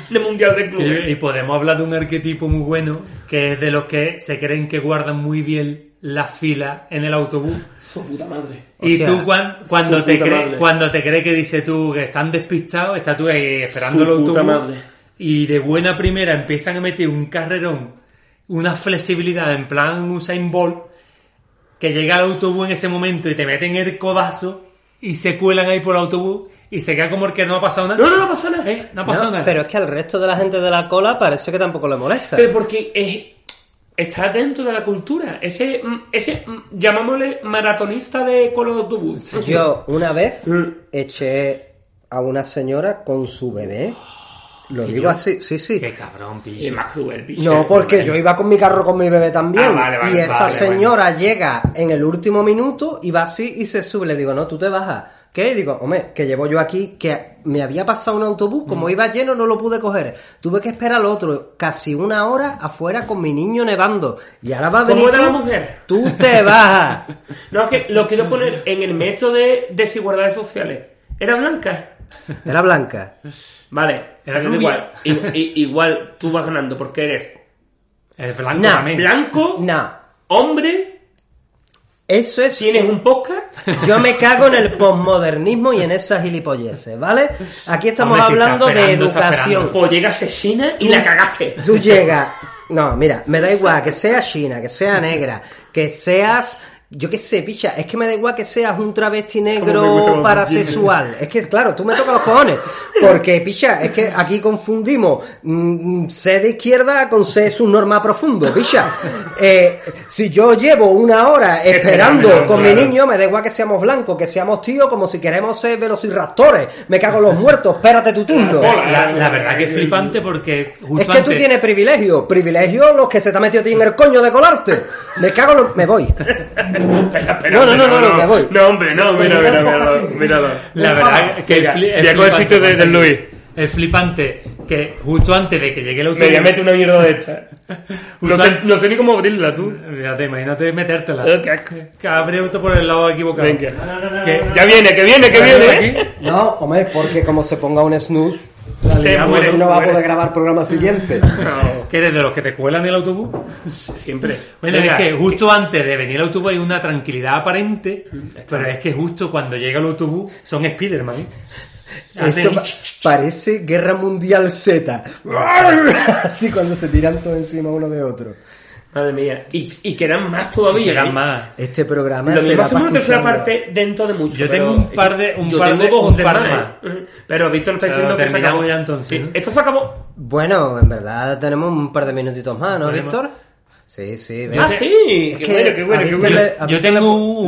[SPEAKER 3] de Mundial de Clubes.
[SPEAKER 2] Y, y podemos hablar de un arquetipo muy bueno, que es de los que se creen que guardan muy bien la fila en el autobús.
[SPEAKER 3] Su puta madre.
[SPEAKER 2] Y
[SPEAKER 1] Hostia,
[SPEAKER 2] tú cuan- cuando,
[SPEAKER 3] su
[SPEAKER 2] te
[SPEAKER 3] puta
[SPEAKER 2] crees,
[SPEAKER 3] madre.
[SPEAKER 2] cuando te crees que dice tú que están despistados, estás tú ahí esperando
[SPEAKER 3] Su
[SPEAKER 2] el
[SPEAKER 3] puta
[SPEAKER 2] autobús
[SPEAKER 3] madre.
[SPEAKER 2] y de buena primera empiezan a meter un carrerón, una flexibilidad en plan Usain Bolt, que llega al autobús en ese momento y te meten el codazo y se cuelan ahí por el autobús y se queda como el que no ha pasado nada.
[SPEAKER 3] No, no, no pasa nada.
[SPEAKER 2] Eh, no ha pasado
[SPEAKER 1] No,
[SPEAKER 2] nada.
[SPEAKER 1] Pero es que al resto de la gente de la cola parece que tampoco le molesta.
[SPEAKER 3] Pero porque es, está dentro de la cultura. Ese, mm, ese mm, llamámosle maratonista de cola de autobús.
[SPEAKER 1] Yo una vez
[SPEAKER 3] Mm.
[SPEAKER 1] eché a una señora con su bebé. Lo digo así, sí, sí.
[SPEAKER 2] Qué cabrón,
[SPEAKER 3] Es
[SPEAKER 2] picho.
[SPEAKER 3] más cruel, bicho.
[SPEAKER 1] No, porque yo iba con mi carro con mi bebé también.
[SPEAKER 3] Ah, vale, vale,
[SPEAKER 1] y esa
[SPEAKER 3] vale,
[SPEAKER 1] señora llega en el último minuto y va así y se sube. Le digo, no, tú te bajas. ¿Qué? Y digo, hombre, que llevo yo aquí, que me había pasado un autobús,
[SPEAKER 3] Mm.
[SPEAKER 1] como iba lleno no lo pude coger. Tuve que esperar al otro, casi una hora afuera con mi niño nevando. Y ahora va a
[SPEAKER 3] ¿Cómo
[SPEAKER 1] venir
[SPEAKER 3] era
[SPEAKER 1] tú,
[SPEAKER 3] la mujer?
[SPEAKER 1] Tú
[SPEAKER 3] <laughs>
[SPEAKER 1] te bajas.
[SPEAKER 3] No, es que lo quiero poner en el metro de desigualdades sociales. ¿Era blanca?
[SPEAKER 1] Era blanca.
[SPEAKER 3] Vale,
[SPEAKER 2] Era
[SPEAKER 3] es
[SPEAKER 2] rubia.
[SPEAKER 3] igual. I- i- igual tú vas ganando porque eres
[SPEAKER 2] El blanco
[SPEAKER 1] Nah,
[SPEAKER 2] también.
[SPEAKER 3] blanco,
[SPEAKER 1] No.
[SPEAKER 3] hombre,
[SPEAKER 1] Eso es
[SPEAKER 3] tienes un podcast.
[SPEAKER 1] <laughs> Yo me cago en el posmodernismo y en esas gilipolleces, ¿vale? Aquí estamos
[SPEAKER 2] Hombre, si está
[SPEAKER 1] hablando de
[SPEAKER 2] esperando, está
[SPEAKER 1] educación.
[SPEAKER 2] esperando.
[SPEAKER 3] O llegas a China y la cagaste.
[SPEAKER 1] <laughs> Tú llegas. No, mira, me da igual que seas china, que seas negra, que seas. Yo qué sé, picha, es que me da igual que seas un travesti
[SPEAKER 3] Como me gustan
[SPEAKER 1] negro
[SPEAKER 3] los
[SPEAKER 1] parasexual. Es que, claro, tú me tocas los cojones. Porque, picha, es que aquí confundimos mm, mm, C de izquierda con C subnormal profundo, picha. Eh, si yo llevo una hora esperando
[SPEAKER 3] Esperando,
[SPEAKER 1] con mi
[SPEAKER 3] claro.
[SPEAKER 1] niño, me da igual que seamos blancos, que seamos tíos, como si queremos ser velociraptores. Me cago en los muertos, espérate tu turno.
[SPEAKER 3] Hola.
[SPEAKER 2] La, la verdad que es flipante porque justo
[SPEAKER 1] Es que tú
[SPEAKER 2] antes-
[SPEAKER 1] tienes privilegio. Privilegio los que se te ha metido a ti en el coño de colarte. Me cago en... lo- Me voy.
[SPEAKER 3] <laughs> Espera, espera,
[SPEAKER 1] No, no, no,
[SPEAKER 3] espera,
[SPEAKER 1] no, no, me voy.
[SPEAKER 3] No, hombre, no, mira, mira, míralo, míralo.
[SPEAKER 2] La verdad es que
[SPEAKER 3] Venga,
[SPEAKER 2] fli-
[SPEAKER 3] voy a coger el sitio de-
[SPEAKER 2] flipante.
[SPEAKER 3] del Luis.
[SPEAKER 2] Es flipante que justo antes de que llegue el
[SPEAKER 3] Me
[SPEAKER 2] autobús.
[SPEAKER 3] voy a meter una mierda de esta. No sé, no sé ni cómo abrirla tú.
[SPEAKER 2] Fíjate, imagínate metértela.
[SPEAKER 3] Eh, qué asco.
[SPEAKER 2] Que abre auto por el lado equivocado.
[SPEAKER 3] Venga.
[SPEAKER 2] Que-
[SPEAKER 3] Ya viene, que viene, que viene. ¿eh?
[SPEAKER 1] No, hombre, porque como se ponga un snooze, la
[SPEAKER 3] Se
[SPEAKER 1] liamos,
[SPEAKER 3] muere,
[SPEAKER 1] no va a
[SPEAKER 3] muere.
[SPEAKER 1] poder grabar programa siguiente.
[SPEAKER 3] No,
[SPEAKER 2] Que eres de los que te cuelan el autobús.
[SPEAKER 3] siempre.
[SPEAKER 2] Bueno,
[SPEAKER 3] Venga.
[SPEAKER 2] es que justo antes de venir el autobús hay una tranquilidad aparente, pero es que justo cuando llega el autobús son Spiderman. ¿eh?
[SPEAKER 1] Eso
[SPEAKER 2] Hacen-
[SPEAKER 1] pa- parece Guerra Mundial Z. Así cuando se tiran todos encima uno de otro.
[SPEAKER 3] Madre mía. Y, y quedan más todavía. ¿eh?
[SPEAKER 2] Llegan más.
[SPEAKER 1] Este programa
[SPEAKER 3] Lo
[SPEAKER 1] se
[SPEAKER 3] mismo
[SPEAKER 1] va
[SPEAKER 3] hacemos una tercera
[SPEAKER 1] pascuchando.
[SPEAKER 3] parte dentro de mucho.
[SPEAKER 2] Yo
[SPEAKER 3] pero-
[SPEAKER 2] tengo un par de- un
[SPEAKER 3] yo
[SPEAKER 2] par
[SPEAKER 3] tengo
[SPEAKER 2] de-
[SPEAKER 3] dos o
[SPEAKER 2] un
[SPEAKER 3] tres
[SPEAKER 2] par
[SPEAKER 3] más. ¿eh? Pero Víctor está
[SPEAKER 2] Pero
[SPEAKER 3] diciendo que se
[SPEAKER 2] terminamos
[SPEAKER 3] acabó.
[SPEAKER 2] ya entonces,
[SPEAKER 3] Sí,
[SPEAKER 2] ¿no?
[SPEAKER 3] Esto se acabó.
[SPEAKER 1] Bueno, en verdad tenemos un par de minutitos más, ¿no,
[SPEAKER 2] Tenemos-
[SPEAKER 1] Víctor? Sí, sí.
[SPEAKER 3] Ah,
[SPEAKER 1] ve-
[SPEAKER 3] sí.
[SPEAKER 1] Es
[SPEAKER 3] Qué
[SPEAKER 1] que
[SPEAKER 3] bueno, qué bueno,
[SPEAKER 1] a
[SPEAKER 3] qué
[SPEAKER 1] Víctor
[SPEAKER 3] bueno.
[SPEAKER 1] le- a
[SPEAKER 2] Yo
[SPEAKER 1] Víctor
[SPEAKER 2] tengo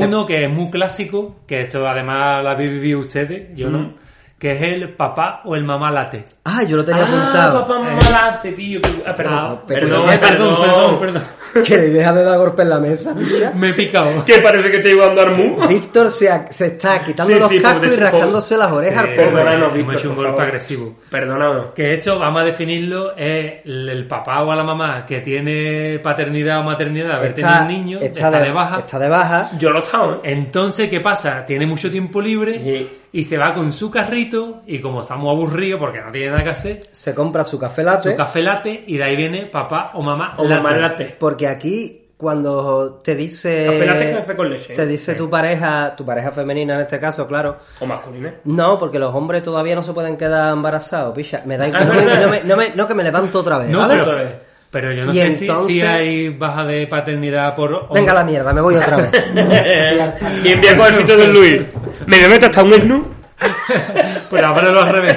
[SPEAKER 1] le-
[SPEAKER 2] uno que es muy clásico, que esto además lo habéis vivido ustedes, yo
[SPEAKER 3] Mm.
[SPEAKER 2] no, que es el papá o el mamá late.
[SPEAKER 1] Ah, yo lo tenía
[SPEAKER 3] Ah,
[SPEAKER 1] apuntado.
[SPEAKER 3] papá,
[SPEAKER 2] Eh.
[SPEAKER 3] malate, tío. que- Ah, perdón,
[SPEAKER 2] Ah,
[SPEAKER 3] perdón,
[SPEAKER 1] perdón,
[SPEAKER 3] perdón,
[SPEAKER 2] perdón,
[SPEAKER 3] perdón,
[SPEAKER 2] perdón.
[SPEAKER 1] <laughs> Que le deja de dar golpe en la mesa. mira.
[SPEAKER 2] Me he
[SPEAKER 3] <laughs>
[SPEAKER 2] picado.
[SPEAKER 3] Que parece que te iba a andar mu.
[SPEAKER 1] Víctor se, ha- se está quitando
[SPEAKER 3] Sí,
[SPEAKER 1] los
[SPEAKER 3] sí,
[SPEAKER 1] cascos y
[SPEAKER 3] pobre-
[SPEAKER 1] rascándose las orejas.
[SPEAKER 2] Sí,
[SPEAKER 1] pobre.
[SPEAKER 3] Eh, perdona, no,
[SPEAKER 2] hemos
[SPEAKER 3] Víctor,
[SPEAKER 2] hecho un
[SPEAKER 3] por
[SPEAKER 2] golpe
[SPEAKER 3] favor.
[SPEAKER 2] agresivo.
[SPEAKER 3] Perdonado.
[SPEAKER 2] Que esto, vamos a definirlo, es el, el papá o la mamá que tiene paternidad o maternidad, haber tenido un niño, está, de, baja.
[SPEAKER 1] Está de baja.
[SPEAKER 3] Yo lo estaba, ¿eh?
[SPEAKER 2] Entonces, ¿qué pasa? Tiene mucho tiempo libre
[SPEAKER 3] Sí.
[SPEAKER 2] y se va con su carrito y como estamos aburridos porque no tiene nada que hacer,
[SPEAKER 1] Se compra su café latte.
[SPEAKER 2] su café late y de ahí viene papá o mamá
[SPEAKER 3] O
[SPEAKER 2] latte.
[SPEAKER 3] mamá late.
[SPEAKER 1] Porque aquí, cuando te dice.
[SPEAKER 3] Café latte es café con leche,
[SPEAKER 1] Te
[SPEAKER 3] ¿eh?
[SPEAKER 1] dice
[SPEAKER 3] Sí.
[SPEAKER 1] tu pareja, tu pareja femenina en este caso, claro.
[SPEAKER 3] O masculina.
[SPEAKER 1] No, porque los hombres todavía no se pueden quedar embarazados, picha. Me da igual.
[SPEAKER 3] Ah,
[SPEAKER 1] No,
[SPEAKER 3] verdad.
[SPEAKER 1] me- no me, no me- no que me levanto otra vez,
[SPEAKER 2] <laughs> No,
[SPEAKER 1] ¿vale?
[SPEAKER 3] otra
[SPEAKER 2] pero,
[SPEAKER 3] vez.
[SPEAKER 2] pero yo no
[SPEAKER 1] Y
[SPEAKER 2] sé si- si,
[SPEAKER 1] entonces-
[SPEAKER 2] hay baja de paternidad por... o-
[SPEAKER 1] Venga la mierda, me voy otra vez.
[SPEAKER 3] <laughs> y envía con el sitio de Luis. Medio meta hasta un esnu.
[SPEAKER 2] <laughs> Pero ábrelo al revés.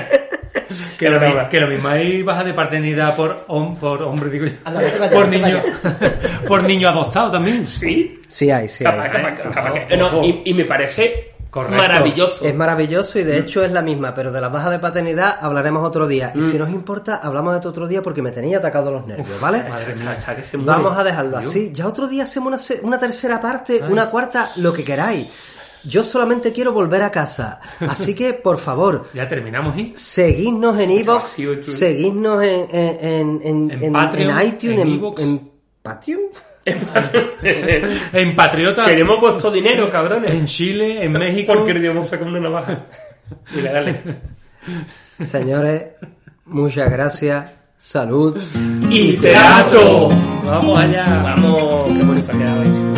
[SPEAKER 2] Que lo, mi-
[SPEAKER 3] Perdona.
[SPEAKER 2] que lo mismo hay baja de paternidad por, hom- por hombre, digo yo.
[SPEAKER 1] Anda, vete para allá,
[SPEAKER 2] por
[SPEAKER 1] vete
[SPEAKER 2] niño. <laughs> por niño adoptado también.
[SPEAKER 3] Sí.
[SPEAKER 1] Sí hay, sí
[SPEAKER 3] Capaz,
[SPEAKER 1] hay.
[SPEAKER 3] capaz,
[SPEAKER 2] Ojo,
[SPEAKER 3] capaz que- no,
[SPEAKER 2] ojo.
[SPEAKER 3] y, y me parece
[SPEAKER 2] Correcto.
[SPEAKER 3] maravilloso.
[SPEAKER 1] Es maravilloso y de hecho es la misma, pero de la baja de paternidad hablaremos otro día.
[SPEAKER 2] Mm.
[SPEAKER 1] Y si nos importa, hablamos de esto otro día porque me tenía atacado los nervios, ¿vale?
[SPEAKER 2] Madre
[SPEAKER 3] Está-
[SPEAKER 2] mía.
[SPEAKER 3] está que se muere.
[SPEAKER 1] Vamos a dejarlo así. Ya otro día hacemos una, se- una tercera parte, una cuarta, lo que queráis. Yo solamente quiero volver a casa. Así que, por favor,
[SPEAKER 2] Ya terminamos
[SPEAKER 3] <laughs>
[SPEAKER 2] y...
[SPEAKER 1] seguidnos
[SPEAKER 2] Este
[SPEAKER 1] en Evox,
[SPEAKER 3] vacío, tú.
[SPEAKER 1] seguidnos en, en, en, en,
[SPEAKER 2] En
[SPEAKER 1] en-
[SPEAKER 2] Patreon,
[SPEAKER 1] en iTunes,
[SPEAKER 2] en
[SPEAKER 1] en,
[SPEAKER 2] iVoox.
[SPEAKER 1] en Patreon.
[SPEAKER 2] En Patriotas,
[SPEAKER 3] Queremos vuestro dinero, cabrones.
[SPEAKER 2] en Chile, en México...
[SPEAKER 3] Porque día vamos a sacar una navaja. Mira, dale.
[SPEAKER 1] Señores, muchas gracias. Salud.
[SPEAKER 3] ¡Y teatro!
[SPEAKER 2] Vamos allá.
[SPEAKER 3] Vamos, qué bonito ha quedado esto.